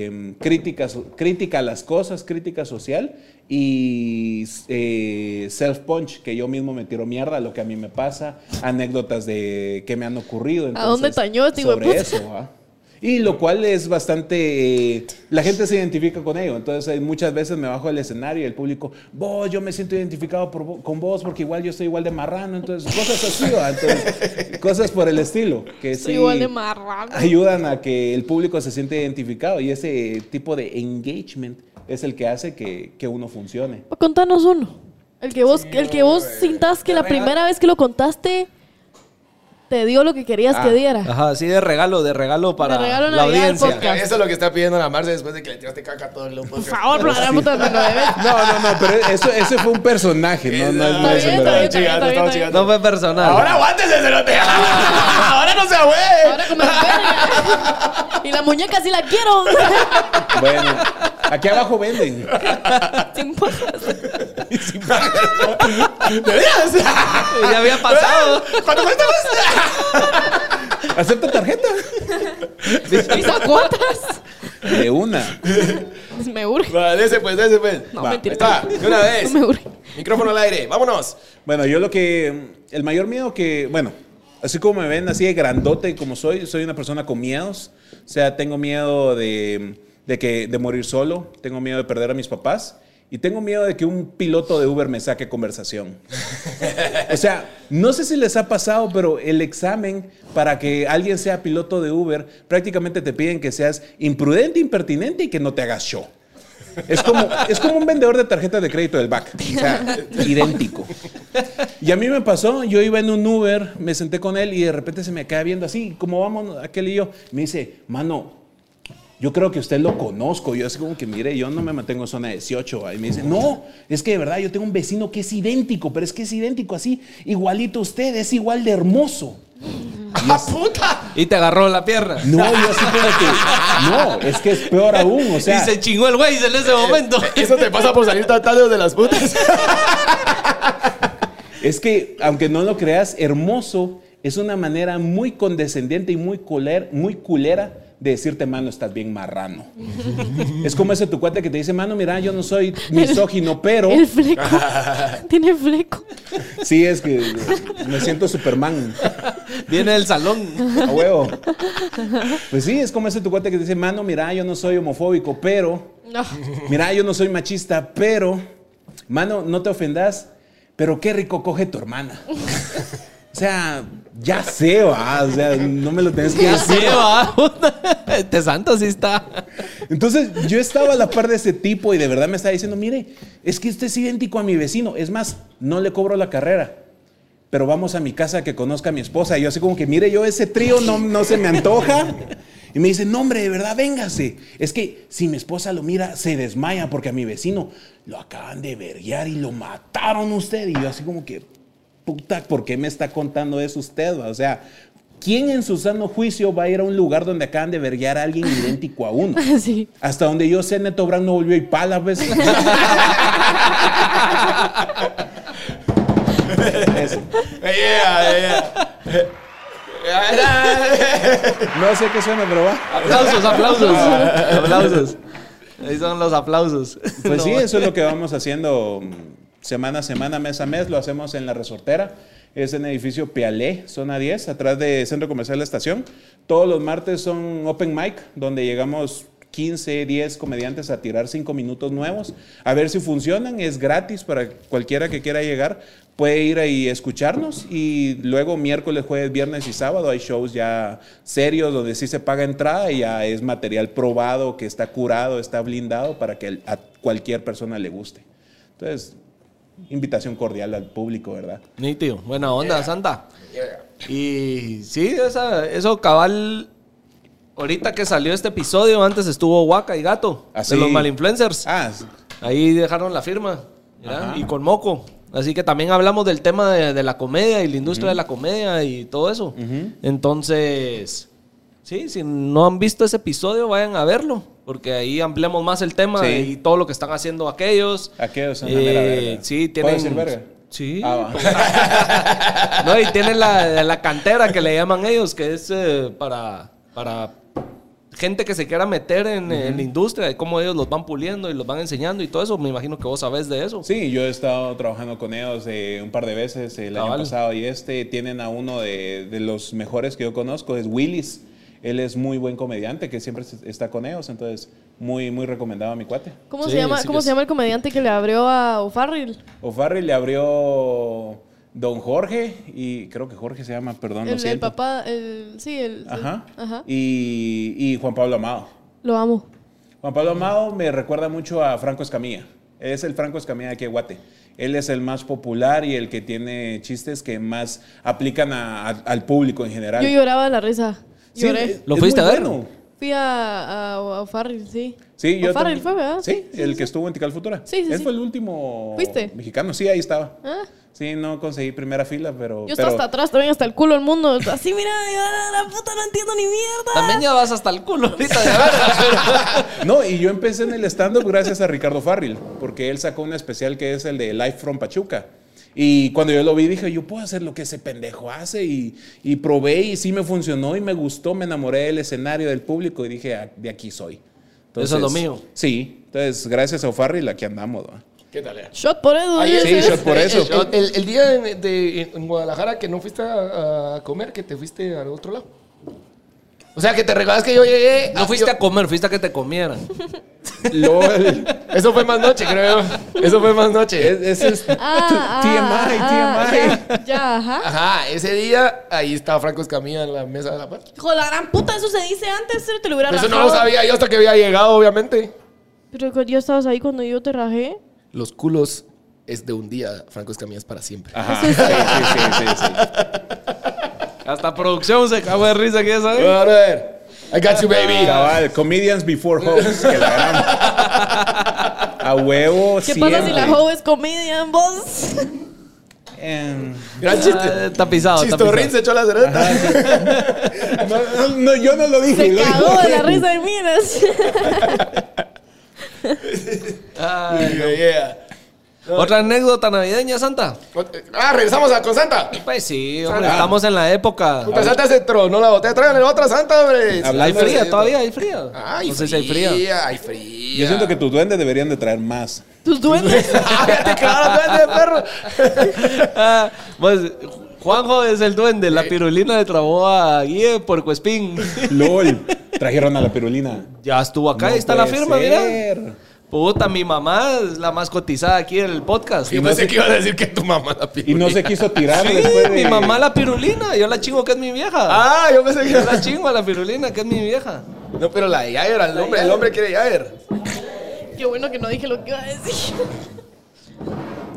E: eh, críticas, crítica a las cosas, crítica social y eh, self-punch, que yo mismo me tiro mierda, lo que a mí me pasa, anécdotas de que me han ocurrido.
A: ¿A dónde
E: entonces,
A: tañó este hijo de
E: sobre
A: puta?
E: eso, ¿va? Y lo cual es bastante... eh, la gente se identifica con ello. Entonces eh, muchas veces me bajo del escenario y el público, vos, yo me siento identificado por vo- con vos porque igual yo estoy igual de marrano. Entonces cosas así, ¿va? Entonces, cosas por el estilo. Que
A: Soy
E: sí
A: igual de marrano.
E: ayudan a que el público se siente identificado. Y ese tipo de engagement es el que hace que, que uno funcione.
A: Contanos uno. El que vos, el que vos sintás que la primera vez que lo contaste te dio lo que querías que
E: Ah,
A: diera.
B: Ajá, así de regalo, de regalo para
A: regalo
B: la
A: Navidad del
B: audiencia.
A: podcast.
D: Eso es lo que está pidiendo la Marce después de que le tiraste caca a todo el loco.
A: Por favor, no la puta me lo debe.
E: No, no, no, pero eso, ese fue un personaje, no, no, no
A: Está
E: es en
A: bien, está
E: verdad.
A: bien.
D: estamos
B: No
D: chingando.
B: fue personal.
D: Ahora aguántese, cerote. Ahora no se güey.
A: Ahora como el verga. Y la muñeca sí la quiero.
E: Bueno, aquí abajo venden.
A: Sin pajas.
D: ¿De veras?
B: ya había pasado.
D: ¿Cuánto cuesta más?
E: ¿Acepta tarjeta?
A: Y cuotas.
E: De una.
A: Me urge.
D: Va, dese pues, dese pues.
A: No,
E: Va,
A: mentira.
D: Está, de una vez.
A: No me urge.
D: Micrófono al aire, vámonos.
E: Bueno, yo lo que. El mayor miedo que. Bueno, así como me ven, así de grandote como soy, soy una persona con miedos. O sea, tengo miedo de, de que, de morir solo, tengo miedo de perder a mis papás y tengo miedo de que un piloto de Uber me saque conversación. O sea, no sé si les ha pasado, pero el examen para que alguien sea piloto de Uber prácticamente te piden que seas imprudente, impertinente y que no te hagas show. Es como, es como un vendedor de tarjetas de crédito del BAC. O sea, idéntico. Y a mí me pasó, yo iba en un Uber, me senté con él y de repente se me queda viendo así, como vamos aquel y yo. Me dice, mano, yo creo que usted lo conozco. Yo así como que, mire, yo no me mantengo en zona 18. va. Y me dice, no, es que de verdad yo tengo un vecino que es idéntico, pero es que es idéntico así, igualito a usted, es igual de hermoso.
D: ¡Ah, puta!
B: Y te agarró la pierna.
E: No, yo así como que, no, es que es peor aún, o sea. Eh,
B: y se chingó el güey en ese momento.
D: Eso te pasa por salir tan tarde de las putas. Eh,
E: Es que, aunque no lo creas, hermoso es una manera muy condescendiente y muy, culer- muy culera de decirte, mano, estás bien marrano. es como ese tu cuate que te dice, mano, mira, yo no soy misógino, pero
A: El fleco. Tiene fleco.
E: sí es que me siento Superman.
B: Viene del salón.
E: A huevo. Pues sí, es como ese tu cuate que te dice, mano, mira, yo no soy homofóbico, pero...
A: No.
E: Mira, yo no soy machista, pero, mano, no te ofendas, pero qué rico coge tu hermana. O sea, ya sé, va. O sea, no me lo tenés que
B: Ya
E: decir.
B: se va. Este santo sí está.
E: Entonces, yo estaba a la par de ese tipo y de verdad me estaba diciendo, mire, es que usted es idéntico a mi vecino. Es más, no le cobro la carrera. Pero vamos a mi casa que conozca a mi esposa. Y yo así como que, mire, yo ese trío no, no se me antoja. Y me dice, no, hombre, de verdad, véngase. Es que si mi esposa lo mira, se desmaya porque a mi vecino lo acaban de verguear y lo mataron usted. Y yo así como que, puta, ¿por qué me está contando eso usted? va? O sea, ¿quién en su sano juicio va a ir a un lugar donde acaban de verguear a alguien idéntico a uno?
A: Sí.
E: Hasta donde yo sé, Neto Brand no volvió y pala, pues. Eso.
D: Yeah, eh, yeah.
E: No sé qué suena, pero va.
B: Aplausos, aplausos. aplausos. Ahí son los aplausos.
E: Pues
B: No.
E: sí, eso es lo que vamos haciendo mm, semana a semana, mes a mes. Lo hacemos en la resortera. Es en el edificio Pialé, zona 10, atrás de Centro Comercial La Estación. Todos los martes son open mic, donde llegamos 15, 10 comediantes a tirar 5 minutos nuevos, a ver si funcionan, es gratis para cualquiera que quiera llegar, puede ir ahí a escucharnos y luego miércoles, jueves, viernes y sábado hay shows ya serios donde sí se paga entrada y ya es material probado, que está curado, está blindado para que a cualquier persona le guste. Entonces, invitación cordial al público, ¿verdad?
B: Nítido, buena onda, Santa. Y sí, esa- eso cabal. Ahorita que salió este episodio, antes estuvo Waka y Gato,
E: Así.
B: de los malinfluencers.
E: Ah, sí.
B: Ahí dejaron la firma, ¿ya? y con Moco. Así que también hablamos del tema de, de la comedia y la industria de la comedia y todo eso. Entonces, sí, si no han visto ese episodio, vayan a verlo, porque ahí ampliamos más el tema
E: Sí.
B: y todo lo que están haciendo aquellos. Eh,
E: Aquellos son la mera verga.
B: Sí,
E: ¿Puedo
B: tienen...
E: decir verga?
B: Sí. pues.
E: Ah, va.
B: No, y tienen la, la cantera que le llaman ellos, que es eh, para, para gente que se quiera meter en, en la industria, y cómo ellos los van puliendo y los van enseñando y todo eso. Me imagino que vos sabés de eso.
E: Sí, yo he estado trabajando con ellos eh, un par de veces el año
B: Cabal.
E: pasado y este. Tienen a uno de, de los mejores que yo conozco, es Willis. Él es muy buen comediante que siempre se- está con ellos, entonces muy, muy recomendado a mi cuate.
A: ¿Cómo,
B: Sí,
A: se, llama,
B: sí que
A: ¿cómo
B: sí.
A: se llama el comediante que le abrió a O'Farrell?
E: O'Farrell le abrió Don Jorge y creo que Jorge se llama, perdón, lo
A: El, el
E: Ah, siento.
A: papá, el, sí, el... sí.
E: Ajá.
A: Ajá.
E: Y, y Juan Pablo Amado.
A: Lo amo.
E: Juan Pablo Amado me recuerda mucho a Franco Escamilla. Es el Franco Escamilla de aquí de Guate. Él es el más popular y el que tiene chistes que más aplican a- a- al público en general.
A: Yo lloraba de la risa.
E: Sí, eh.
A: Lloré.
E: es-
B: ¿Lo
E: es
B: fuiste
E: muy
B: a ver?
E: bueno.
A: Fui a, a, a O'Farrell, sí.
E: Sí, yo
A: O'Farrell
E: también-
A: fue, ¿verdad?
E: Sí,
A: sí,
E: el
A: sí.
E: que estuvo en Tical Futura.
A: Sí, sí,
E: Él
A: sí.
E: fue el último
A: ¿Fuiste?
E: mexicano. Sí, ahí estaba.
A: Ah.
E: Sí, no conseguí primera fila,
A: Yo
E: pero... pero-
A: estaba hasta atrás, también hasta el culo del mundo. Así, mira, yo, la puta no entiendo ni mierda.
B: También ya vas hasta el culo ahorita de verga.
E: No, y yo empecé en el stand-up gracias a Ricardo Farril, porque él sacó un especial que es el de Life from Pachuca. Y cuando yo lo vi dije, yo puedo hacer lo que ese pendejo hace y, y probé y sí me funcionó y me gustó, me enamoré del escenario, del público y dije, "Ah, de aquí soy.
B: Eso es lo mío.
E: Sí, entonces gracias a Farril aquí andamos. ¿va?
D: ¿Qué tal, eh?
A: Shot por eso.
D: Ahí
A: dice.
E: sí, shot por eso.
D: El, el- el día en, de- en Guadalajara que no fuiste a, a comer, que te fuiste al otro lado. O sea, que te regalas que yo llegué.
B: No fuiste a comer, fuiste a que te comieran.
E: LOL.
D: Eso fue más noche, creo. Eso fue más noche.
E: Es- ese es
A: Ah,
E: TMI,
A: ah,
E: TMI.
A: ah, Ya, ya, ajá.
D: Ajá, ese día ahí estaba Franco Escamilla en la mesa de la par.
A: Hijo de la gran puta, eso se dice antes, se te lo hubiera
D: Eso no
A: rajado.
D: lo sabía yo hasta que había llegado, obviamente.
A: Pero que yo estabas ahí cuando yo te rajé.
D: Los culos es de un día, Franco Escamilla es para siempre.
E: Ajá, sí, sí, sí, sí, sí.
B: Hasta producción se cagó de risa aquí, ¿sabes?
E: Ah,
D: Brother, I got you, baby.
E: Cabal, comedians before hosts, que la gran- A huevo,
A: ¿Qué pasa si la
E: siempre.
A: joven es comedian, vos?
E: Em,
B: Ah,
D: Gran chiste.
B: tapizado,
D: Chistorrín se echó la cereta.
E: No, no, yo no lo dije.
A: Se
E: lo
A: cagó
E: dijo
A: de la
E: él.
A: risa de minas.
D: Yeah.
B: Ah, Otra anécdota navideña, Santa.
D: Ah, regresamos a con Santa.
B: Pues sí, hombre, estamos en la época.
D: Puta Santa se tronó la botella. Tráiganle otra Santa, hombre.
B: Hay
E: Hablando
B: fría, todavía hay fría.
D: Ay,
B: no sé si hay fría.
D: Ay, fría.
E: Yo siento que tus duendes deberían de traer más.
A: Tus duendes.
D: ¡Ah, ya te cagaron, duende, perro!
B: Ah, pues, Juanjo es el duende. La pirulina le trabó a Guille por Cuespín.
E: LOL. Trajeron a la pirulina.
B: Ya estuvo acá,
E: No
B: ahí está la
E: puede
B: firma, mira.
E: ser.
B: Puta, mi mamá es la más cotizada aquí en el podcast.
D: Yo pensé que ibas a decir que tu mamá la pidió.
E: Y no se quiso tirar
B: Sí,
E: después de...
B: mi mamá la pirulina, yo la chingo que es mi vieja.
D: Ah, yo pensé
B: Yo
D: que...
B: la chingo a la pirulina que es mi vieja.
D: No, pero la de Jagger, el hombre, el hombre quiere Jagger.
A: Qué bueno que no dije lo que iba a decir.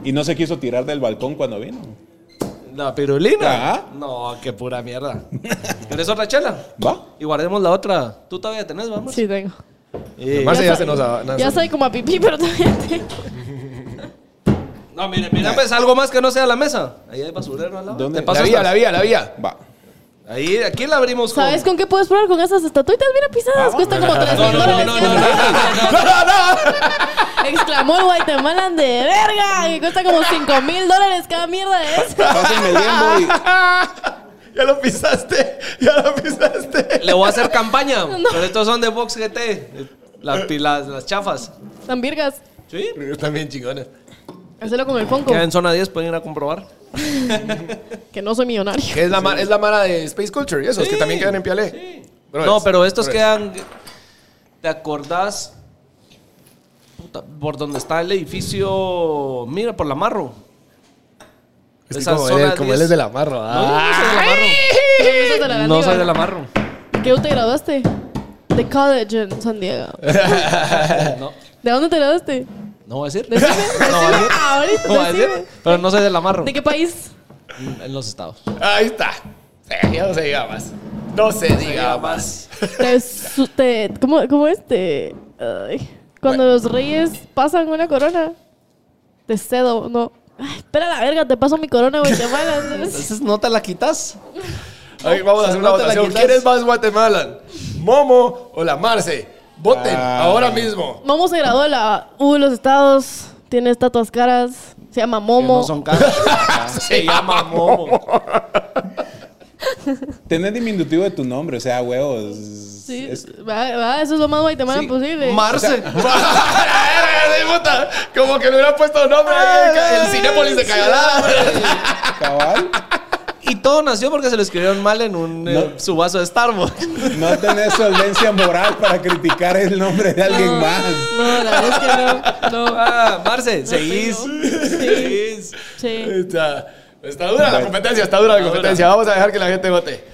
E: Y no se quiso tirar del balcón cuando vino.
B: La pirulina.
E: Ah.
B: No, qué pura mierda. ¿Quieres otra chela?
E: ¿Va?
B: Y guardemos la otra. Tú todavía tenés, vamos.
A: Sí, tengo.
B: Eh,
D: Marce ya
A: sa-
D: se nos ha- nos
A: Ya
D: ha-
A: soy como a pipí, pero todavía tengo.
B: No, mire, mira, pues algo más que no sea la mesa. Ahí hay basurero al lado.
E: ¿Dónde?
B: Te paso
D: La vía,
B: hasta-
D: la vía, la vía.
E: Va.
B: Ahí, aquí la abrimos con-
A: ¿Sabes con qué puedes probar? Con esas estatuitas, mira, pisadas. Cuesta como 3
B: No,
A: mil
B: no, no,
A: dólares.
B: no, no, no, no, no.
A: Exclamó el Guatemalan de verga, que cuesta como 5 mil dólares cada mierda de eso.
E: Pásenme el Game Boy.
D: Ya lo pisaste, ya lo pisaste.
B: Le voy a hacer campaña. Pero estos son de Box GT. Las, pi- las, las chafas.
A: Tan virgas.
B: ¿Sí?
D: También chingones.
A: Hacelo con el Fonco,
B: Ya en zona 10 pueden ir a comprobar.
A: que no soy millonario.
D: Que es la, mar- es la mara de Space Culture y esos que
B: Sí.
D: también quedan en Pialé.
B: No, pero estos quedan. ¿Te acordás puta, por donde está el edificio? Mira, por la Marro.
D: Es que
B: Esa
D: como,
B: zona
D: él, como él
B: 10.
D: es de la marra.
B: No, yo no soy de la Marro. No soy de la Marro.
A: ¿Qué te graduaste? De college en San Diego.
B: No,
A: ¿De dónde te graduaste?
B: no voy a decir.
A: Decime,
B: No voy a decir.
A: decime ahorita,
B: No voy a
A: decime.
B: decir. Pero no soy de la Marro.
A: ¿De qué país?
B: En los estados.
D: Ahí está. Sí, ya no se diga más. No se diga más.
A: Te su- te- ¿Cómo, cómo es? Te- ay, cuando los reyes pasan una corona, te cedo, no. Ay, espera la verga, te paso mi corona, güey, te pagan.
B: Entonces no te la quitas.
D: Ahí vamos a hacer una
B: No te la
D: votación.
B: quitas.
D: ¿Quién es más Guatemalan? ¿Momo o la Marce? Voten
E: Ah.
D: ahora mismo.
A: Momo se graduó de la U de los Estados, tiene estatuas caras, se llama Momo.
B: Que no son caras. Se llama Momo.
E: Tener diminutivo de tu nombre, o sea, huevos.
A: Sí,
E: es-
A: va- va, eso es lo más guatemala posible.
B: Marce.
D: ¡Ay, puta! Como que le hubiera puesto nombre. ahí, El Cinépolis de Cagalá.
E: cabal.
B: Y todo nació porque se lo escribieron mal en un eh,
E: No.
B: subazo de Starbucks.
E: No tener solvencia moral para criticar el nombre de alguien más.
A: No, la verdad es que no. no.
B: Ah, Marce, seguís. Seguís.
A: Sí.
D: Está, está dura la competencia, está dura la competencia. Vamos a dejar que la gente vote.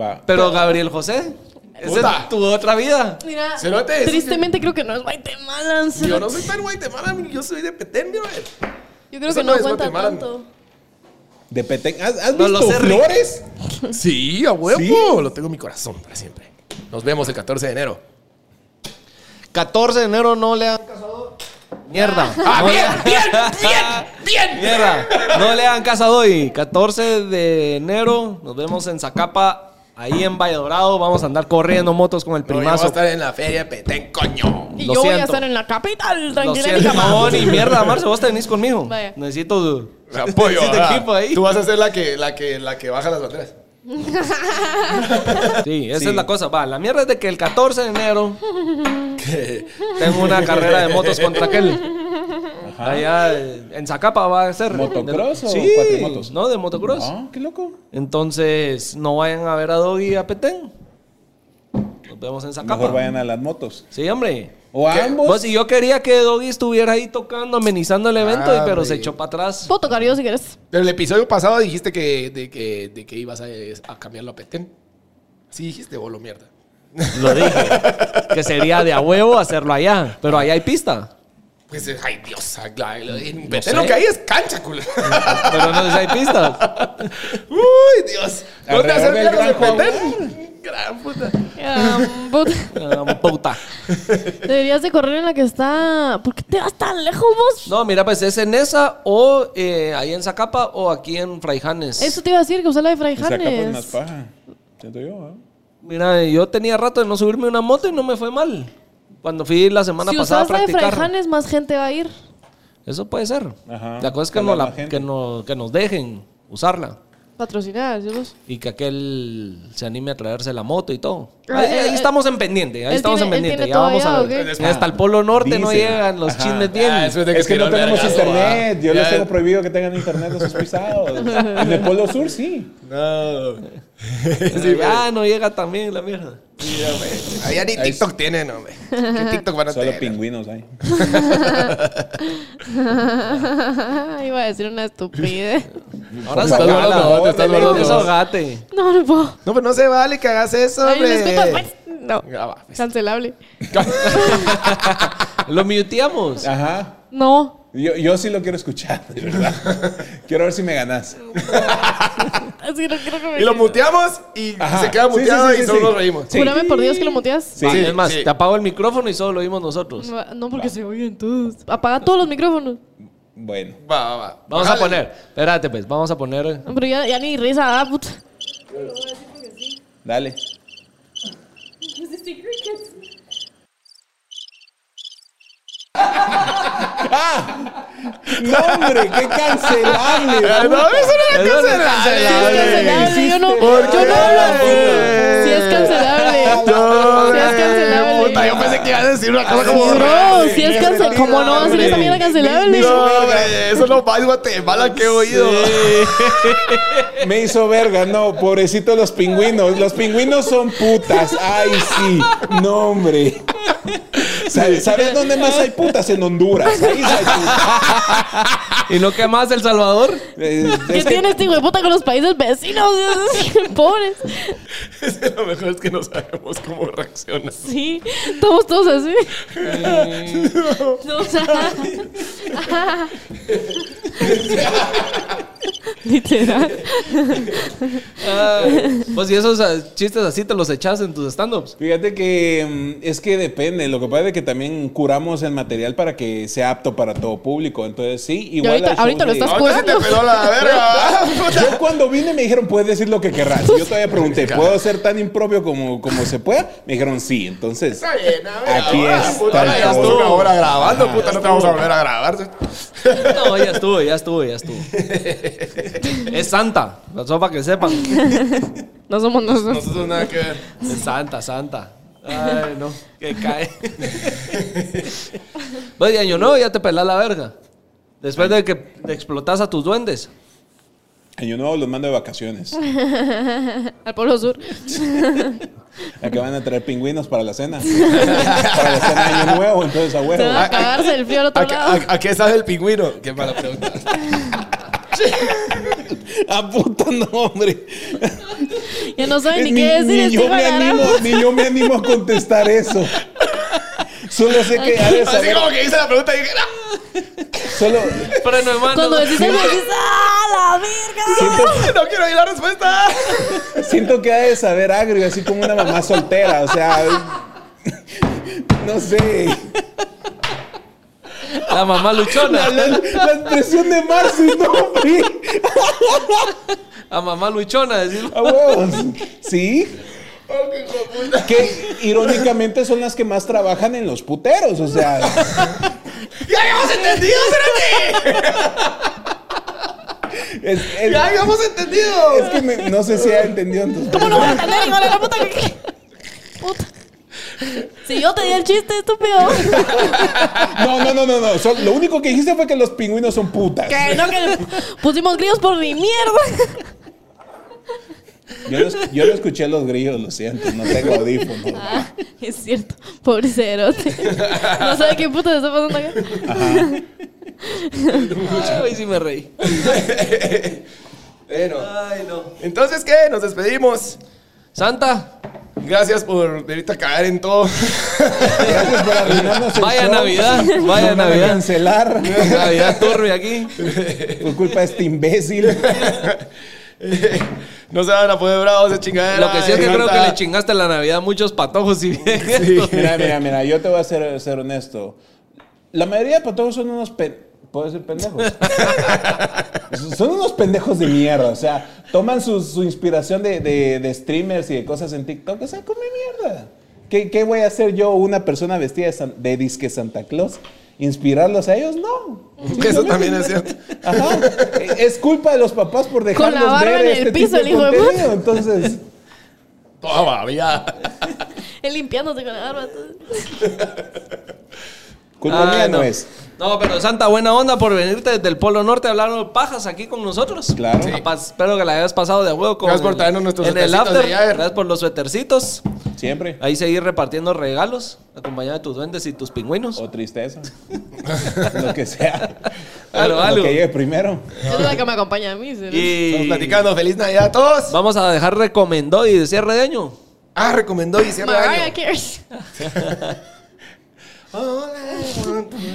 E: Va.
B: Pero Gabriel José, esa
D: Puta.
B: es tu otra vida.
A: Mira,
D: Cerote, eso
A: tristemente creo que no es Guatemala.
D: Yo
A: cerote.
D: no soy tan Guatemala, yo soy de Petén, brother.
A: Yo creo
D: eso
A: que
D: no
A: no
D: es
A: cuenta
D: Guatemala.
A: tanto.
E: De Petén. ¿Has, has
B: No lo
E: visto
B: sé, Rick.
E: flores?
D: Sí, a huevo.
E: Sí.
D: Lo tengo en mi corazón para siempre. Nos vemos el 14 de enero.
B: 14 de enero no le han casado. Mierda.
D: ¡Ah,
B: No le-
D: bien, bien, bien, bien!
B: Mierda. No le han casado hoy. 14 de enero. Nos vemos en Zacapa. Ahí en Valladorado. Vamos a andar corriendo motos con el
D: No, yo voy a
B: primazo.
D: estar en la feria de Petén, coño.
A: Y
B: Lo
A: yo voy a
B: siento.
A: estar en la capital,
B: Lo
A: tranquila.
B: siento.
A: ni jamás.
B: No, ni mierda, Marce. Vos te venís conmigo.
A: Vaya.
B: Necesito.
D: Me apoyo.
B: necesito
D: ajá.
B: equipo ahí.
D: Tú vas a ser la que, la que, la que baja las banderas.
B: Sí, esa
E: Sí.
B: es la cosa. Va, la mierda es de que el 14 de enero
D: Que-
B: tengo una carrera de motos contra aquel. Allá eh, en Zacapa va a ser.
E: ¿Motocross o
B: sí,
E: cuatrimotos?
B: No, de motocross.
E: Ah, qué loco.
B: Entonces, no vayan a ver a Doggy y a Petén. Nos vemos en Zacapa.
E: Mejor vayan a las motos.
B: Sí, hombre.
E: O a
D: ¿Qué?
E: ambos.
B: Pues si yo quería que Doggy estuviera ahí tocando, amenizando el evento,
D: Ah,
B: y- pero
D: hombre.
B: se echó para atrás.
A: Puedo tocar yo si quieres.
D: Pero el episodio pasado dijiste que, de que, de que ibas a, a cambiarlo a Petén. Sí, dijiste, bolo mierda.
B: Lo dije. que sería de a huevo hacerlo allá. Pero allá hay pista.
D: Pues, eh, ay, Dios, ay, la- la- en
B: No
D: Petén
B: sé.
D: lo que hay es cancha, culo.
B: Pero no sé si hay pistas.
D: Uy, Dios. ¿Dónde hacer
E: Alrededor del
D: mierdas en
E: Gran
D: Petén? Gran puta.
A: Um, puta.
B: Ah, puta.
A: Deberías de correr en la que está. ¿Por qué te vas tan lejos vos?
B: No, mira, pues es en esa o eh, ahí en Zacapa o aquí en Fraijanes.
A: Eso te iba a decir que usé la de
E: Saca por
A: Fraijanes.
E: unas paja. Siento yo, ¿eh?
B: Mira, yo tenía rato de no subirme a una moto y no me fue mal. Cuando fui la semana
A: Si
B: pasada a
A: usas la de
B: practicar.
A: Fraijanes, más gente va a ir.
B: Eso puede ser.
E: Ajá.
B: La cosa es que,
E: Jalar
B: no la-
E: más gente.
B: que, no- que nos dejen usarla.
A: Patrocinar, ¿sí vos?
B: Y que aquel se anime a traerse la moto y todo.
A: Ah,
B: Ahí,
A: eh,
B: ahí
A: eh,
B: estamos en pendiente. Ahí
A: él
B: estamos
A: tiene-
B: en
A: él
B: pendiente.
A: tiene
B: Ya
A: todo
B: vamos
A: allá,
B: a
A: ¿o qué?
B: ver. Hasta el Polo Norte no
E: Dice.
B: llegan los
E: Ajá.
B: chismes bien.
D: Ah, eso de
E: Es que no
D: escribieron
E: tenemos
D: vergazo,
E: internet.
D: ah.
E: Yo les
D: Ya,
E: tengo prohibido que tengan internet los pisados. En el Polo Sur, sí.
D: No.
B: Sí, ah, no llega también la mierda.
D: Allá Ah, ni TikTok tienen, hombre. ¿Qué TikTok van a
E: Solo
D: tener?
E: pingüinos hay.
A: Iba a decir una estupidez.
B: Ahora
D: Estás guardando,
B: desahogala.
D: te estás guardando.
B: Desahogate.
A: No, no puedo.
D: No, pero no se vale que hagas eso,
A: Ay,
D: hombre.
A: les cuento después. No.
D: Ah, va, pues.
A: Cancelable.
B: Lo muteamos.
E: Ajá.
A: No.
E: Yo, yo sí lo quiero escuchar, de verdad. quiero ver si me ganas.
A: Así no quiero que me.
D: Y lo muteamos y
E: Ajá.
D: se queda
E: Sí, sí,
D: muteado
E: sí, sí,
D: y solo
E: sí.
D: nos reímos.
E: Sí.
A: Júrame por Dios que lo muteas.
E: Sí.
B: Va, es más,
D: sí.
B: te apago el micrófono y solo lo vimos nosotros.
A: No, porque se oyen todos. Apaga todos los micrófonos.
E: Bueno.
D: Va, va, va.
B: Vamos
D: Bájale.
B: a poner, espérate pues, vamos a poner.
A: Pero ya, ya ni risa, ah, da, puta.
E: Dale. ¡Ah! ¡No, hombre! ¡Qué
D: Ah,
E: cancelable!
D: No, eso no era
B: Eso no era
D: cancelable.
A: Sí es cancelable, yo no,
D: ¿Por
A: yo
D: qué?
A: no hablo. Si es cancelable. Si es
D: Hombre,
A: cancelable.
D: puta, puta, yo pensé que iba a decir una
E: Ah,
D: cosa como.
A: Bro, si es cancelado, ¿cómo no va a ser esa mierda cancelable?
D: No, hombre, eso no va en Guatemala que he oído.
E: Me hizo verga, no, pobrecito los pingüinos. Los pingüinos son putas. Ay, sí. No, hombre. ¿Sabes, sabes dónde más hay putas? En Honduras. Ahí sí hay putas.
B: ¿Y no quemás El Salvador?
E: Eh,
A: ¿Qué
E: es que-
A: tiene este hijo de puta con los países vecinos? Pobres.
D: Es que lo mejor es que no sabemos cómo reaccionar.
A: Sí, estamos todos así. No, o sea, ajá. Literal.
B: Ay, pues si esos ah, chistes así te los echas en tus stand-ups.
E: Fíjate que mm, es que depende. Lo que pasa es que también curamos el material para que sea apto para todo público. Entonces, sí, igual.
A: ahorita-
E: hay shows
A: ahorita lo
E: de-
A: estás-
D: Ahora sí te peló la verga.
E: Yo cuando vine me dijeron, puedes decir lo que querrás. Yo todavía pregunté, ¿puedo ser tan impropio como, como se pueda? Me dijeron, sí. Entonces,
D: Está bien, a ver,
E: Aquí
D: ahora,
E: está
D: puta,
E: el
D: ahora ya estuvo
E: todo.
D: una hora grabando, puta, no te vamos a volver a grabar.
B: No, ya estuvo, ya estuvo, ya estuvo. Es santa, solo para que sepan.
A: No somos nosotros.
D: Nosotros nada que ver.
B: Es santa, santa. Ay, no, que cae. Pues de año nuevo ya te pelas la verga. Después de que explotas a tus duendes.
E: año nuevo los mando de vacaciones.
A: Al Polo Sur.
E: Acá van a traer pingüinos para la cena. para la cena de año nuevo, entonces a
A: Se
E: huevo.
A: va a cagarse el frío al otro
D: ¿A, qué-
A: lado.
D: a- a qué sabe el pingüino? Qué mala pregunta.
E: Ah, puta, no, hombre.
A: Ya no saben ni qué decir. este
E: yo
A: hijo de
E: me
A: la gran
E: animo,
A: puta.
E: ni yo me animo a contestar eso. Solo sé que ha de
D: Así
E: saber-
D: como que hice la pregunta y dije, ¡ah!
E: solo
B: Freno de mano.
A: Cuando decís algo, decís, ¡ah, la verga!
E: siento,
D: no quiero oír la respuesta.
E: siento que ha de saber agrio, así como una mamá soltera, o sea, no sé.
B: La mamá
E: La,
B: luchona.
E: la- la expresión de Marcy, no, hombre.
B: La mamá luchona, decís.
E: A huevos. Sí.
D: Oh,
E: Que irónicamente son las que más trabajan en los puteros, o sea,
D: ¡Ya habíamos entendido, Cerati!
E: es, es-
D: ¡Ya habíamos entendido!
E: es que me- no sé si ha entendido entonces.
A: ¿Cómo no voy a tener hijo de la puta que Puta. Si yo te di el chiste, estúpido.
E: No, no, no, no, no. Sol- lo único que dijiste fue que los pingüinos son putas.
A: Que no, que pusimos grillos por mi mierda.
E: Yo no, es- yo no escuché los grillos, lo siento, no tengo audífono.
A: Ah, es cierto. Pobre cerote. No sabe qué puta se está pasando acá.
B: Ay, sí me reí.
D: Bueno,
B: Ay, no.
D: entonces, ¿qué? Nos despedimos.
B: Santa,
D: Gracias por venirte a caer en todo.
E: Gracias por arruinarnos el
B: vaya
E: show.
B: Navidad, vaya
E: Nos van a
B: Navidad.
E: cancelar.
B: Navidad turbia aquí.
E: Por culpa de este imbécil.
D: no se van a poner bravos de chingadera.
B: Lo que sí es que creo que le
D: chingaron.
B: chingaste la Navidad a muchos patojos y viejas.
E: Mira, mira, mira, yo te voy a ser, ser honesto. La mayoría de patojos son unos pen... ¿Puedo decir pendejos? son unos pendejos de mierda. O sea, toman su, su inspiración de, de- de streamers y de cosas en TikTok. O sea, come mierda. ¿Qué, qué voy a hacer yo, una persona vestida de, san- de disque Santa Claus? ¿Inspirarlos a ellos? No.
D: Eso también es cierto.
E: Ajá. E- Es culpa de los papás por dejarlos
A: Con la barba
E: ver
A: en
E: este
A: el piso,
E: tipo de
A: el hijo de
E: contenido. Entonces,
D: Todavía.
A: Él limpiándote con la barba.
E: culpa
D: Ah,
B: Ay,
E: mía no es.
B: Ah, No, pero Santa, buena onda por venirte desde el Polo Norte a hablar de pajas aquí con nosotros.
E: Claro. Sí.
B: Ah, pas- Espero que la hayas pasado de huevo. con
D: Gracias por
B: el-
D: traernos nuestros
B: en el
D: suetercitos
B: after.
D: de ayer.
B: Gracias por los suetercitos.
E: Siempre.
B: Ahí seguir repartiendo regalos, acompañado de tus duendes y tus pingüinos.
E: O tristeza. lo que sea.
B: Algo,
E: lo
B: algo.
E: que llegue primero.
A: Es la que me acompaña a mí. cerote.
D: Estamos
B: Y
D: platicando. Feliz Navidad a todos.
B: vamos a dejar recomendó y de cierre de año.
D: Ah, recomendó y cierra el
A: Mariah
D: año.
A: Carey.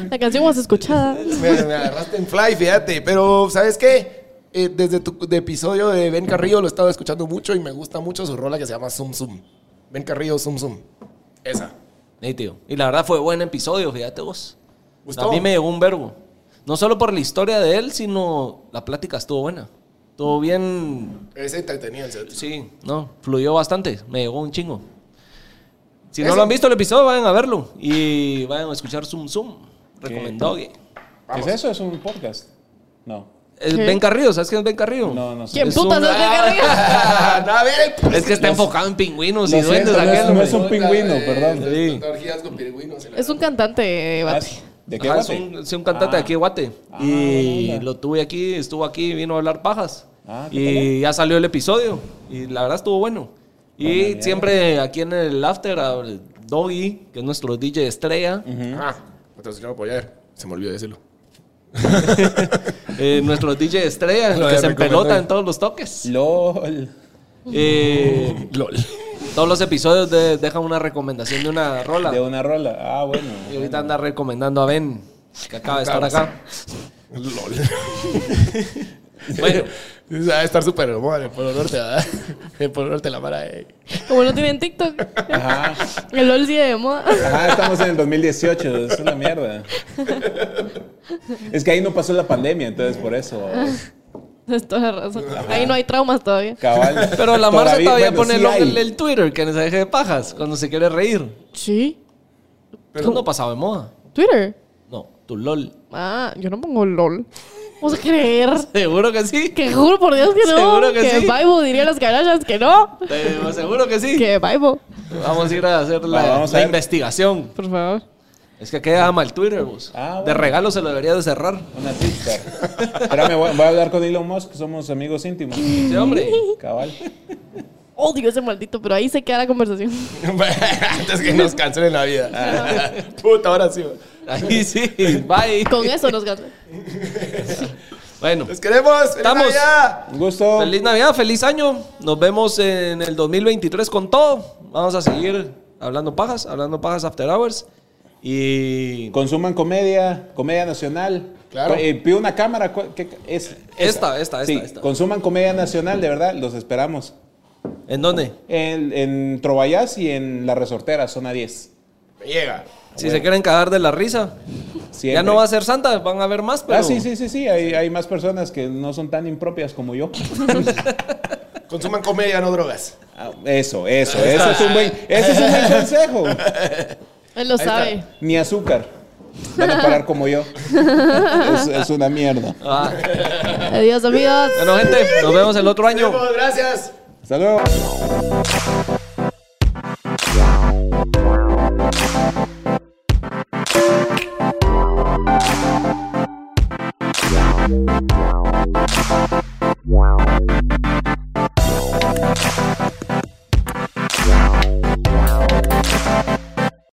A: La canción más escuchada.
D: Me, me agarraste en fly, fíjate. Pero, ¿sabes qué? Eh, desde tu de episodio de Ben Carrillo lo he estado escuchando mucho y me gusta mucho su rola que se llama Zoom Zoom. Ben Carrillo, Zoom Zoom. Esa.
B: Nítido. Y la verdad fue buen episodio, fíjate vos.
D: ¿Gustó?
B: A mí me llegó un verbo. No solo por la historia de él, sino la plática estuvo buena. Estuvo bien.
D: Esa entretenida. en serio.
B: Sí, no, fluyó bastante. Me llegó un chingo. Si no
D: Ese-
B: lo han visto el episodio, vayan a verlo. Y vayan a escuchar Zoom Zoom. Recomendado.
E: ¿Qué es eso? ¿Es un podcast? No.
B: Es Ben Carrillo, ¿sabes quién es Ben Carrillo?
E: No, no sé.
A: ¿Quién
B: Es
A: putas
B: un-
A: es Ben Carrillo?
D: Ah, no, a ver,
B: Es que está enfocado en pingüinos y
E: Lo siento,
B: duendes
E: no es-
B: aquel,
E: no
B: hombre.
E: es un pingüino, perdón.
B: Sí.
D: Orgías con pingüinos. en la-
A: Es un cantante,
E: Ah,
A: Bati.
E: ¿De qué
B: Ajá,
E: guate? Ah.
B: es un, es un cantante de aquí de Guate. y lo tuve aquí, estuvo aquí, vino a hablar pajas.
E: Ah, ¿qué
B: y ya salió el episodio. Y la verdad estuvo bueno. Y
E: Buena idea.
B: siempre aquí en el After, a Doggy, que es nuestro DJ estrella,
D: Ah, entonces yo no podía ver. Se me olvidó decirlo.
B: eh, nuestro DJ estrella,
D: Lo
B: que
D: de
B: se
D: recomendar.
B: empelota en todos los toques.
E: LOL.
B: Eh,
D: LOL.
B: todos los episodios de- dejan una recomendación de una rola.
E: De una rola. Ah, bueno.
B: Y ahorita anda recomendando a Ben, que acaba de estar acá.
D: LOL.
B: Bueno,
D: Debe estar súper hermoso en el Polo Norte, ¿verdad? En el Polo Norte la mara, eh.
A: Como no tienen TikTok.
E: Ajá.
A: El LOL sigue de moda.
E: Ajá, estamos en el 2018. Es una mierda. Es que ahí no pasó la pandemia, entonces por eso.
A: Es toda la razón. Ahí no hay traumas todavía.
E: Cabal.
B: pero la Marcia todavía
E: bueno,
B: pone
E: sí
B: el,
E: hay.
B: el- el Twitter, que se deje de pajas, cuando se quiere reír.
A: Sí.
B: Pero no pasaba de moda.
A: Twitter.
B: No, tu LOL.
A: Ah, yo no pongo LOL. Vamos a creer.
B: Seguro que sí.
A: Que juro por Dios que no.
B: Seguro que sí.
A: Baibo diría las carayas que no.
B: Te lo aseguro que sí.
A: Que Baibo.
B: Vamos a ir a hacer la,
E: Va, vamos a
B: la
E: ver.
B: investigación.
A: Por favor.
B: Es que queda mal el Twitter, vos.
E: Ah, bueno.
B: De regalo se lo debería de cerrar.
E: Una pista. Espérame, voy, voy a hablar con Elon Musk, somos amigos íntimos.
B: Sí, hombre.
E: Cabal.
A: Odio ese maldito, pero ahí se queda la conversación.
D: Antes que nos cancelen la vida. Puta, ahora sí. güey.
B: Ahí sí. Bye.
A: Con eso nos ganan.
B: Bueno.
D: ¡Los queremos!
B: Estamos.
D: ¡Estamos allá!
E: Un gusto.
B: Feliz Navidad, feliz año. Nos vemos en el 2023 con todo. Vamos a seguir hablando pajas, hablando pajas after hours. Y
E: Consuman comedia, comedia nacional.
D: Claro.
E: Eh, pido una cámara. ¿cuál- qué ca- es?
B: esta, esta, esta.
E: sí,
B: esta.
E: consuman comedia nacional, de verdad, los esperamos.
B: ¿En dónde?
E: En, en Trovallás y en La Resortera, zona 10.
D: Me llega.
B: Si se quieren cagar de la risa.
E: Siempre.
B: Ya no va a ser Santa, van a haber más, pero...
E: Ah, sí, sí, sí, sí. Hay, hay más personas que no son tan impropias como yo.
D: Consuman comedia, no drogas.
E: Ah, eso, eso. Ese es un buen, ese es un buen consejo.
A: Él lo sabe.
E: Ni azúcar. Van a parar como yo. Es, es una mierda.
B: Ah.
A: Adiós, amigos.
B: Bueno, gente, nos vemos el otro año.
D: Gracias.
E: Hasta luego.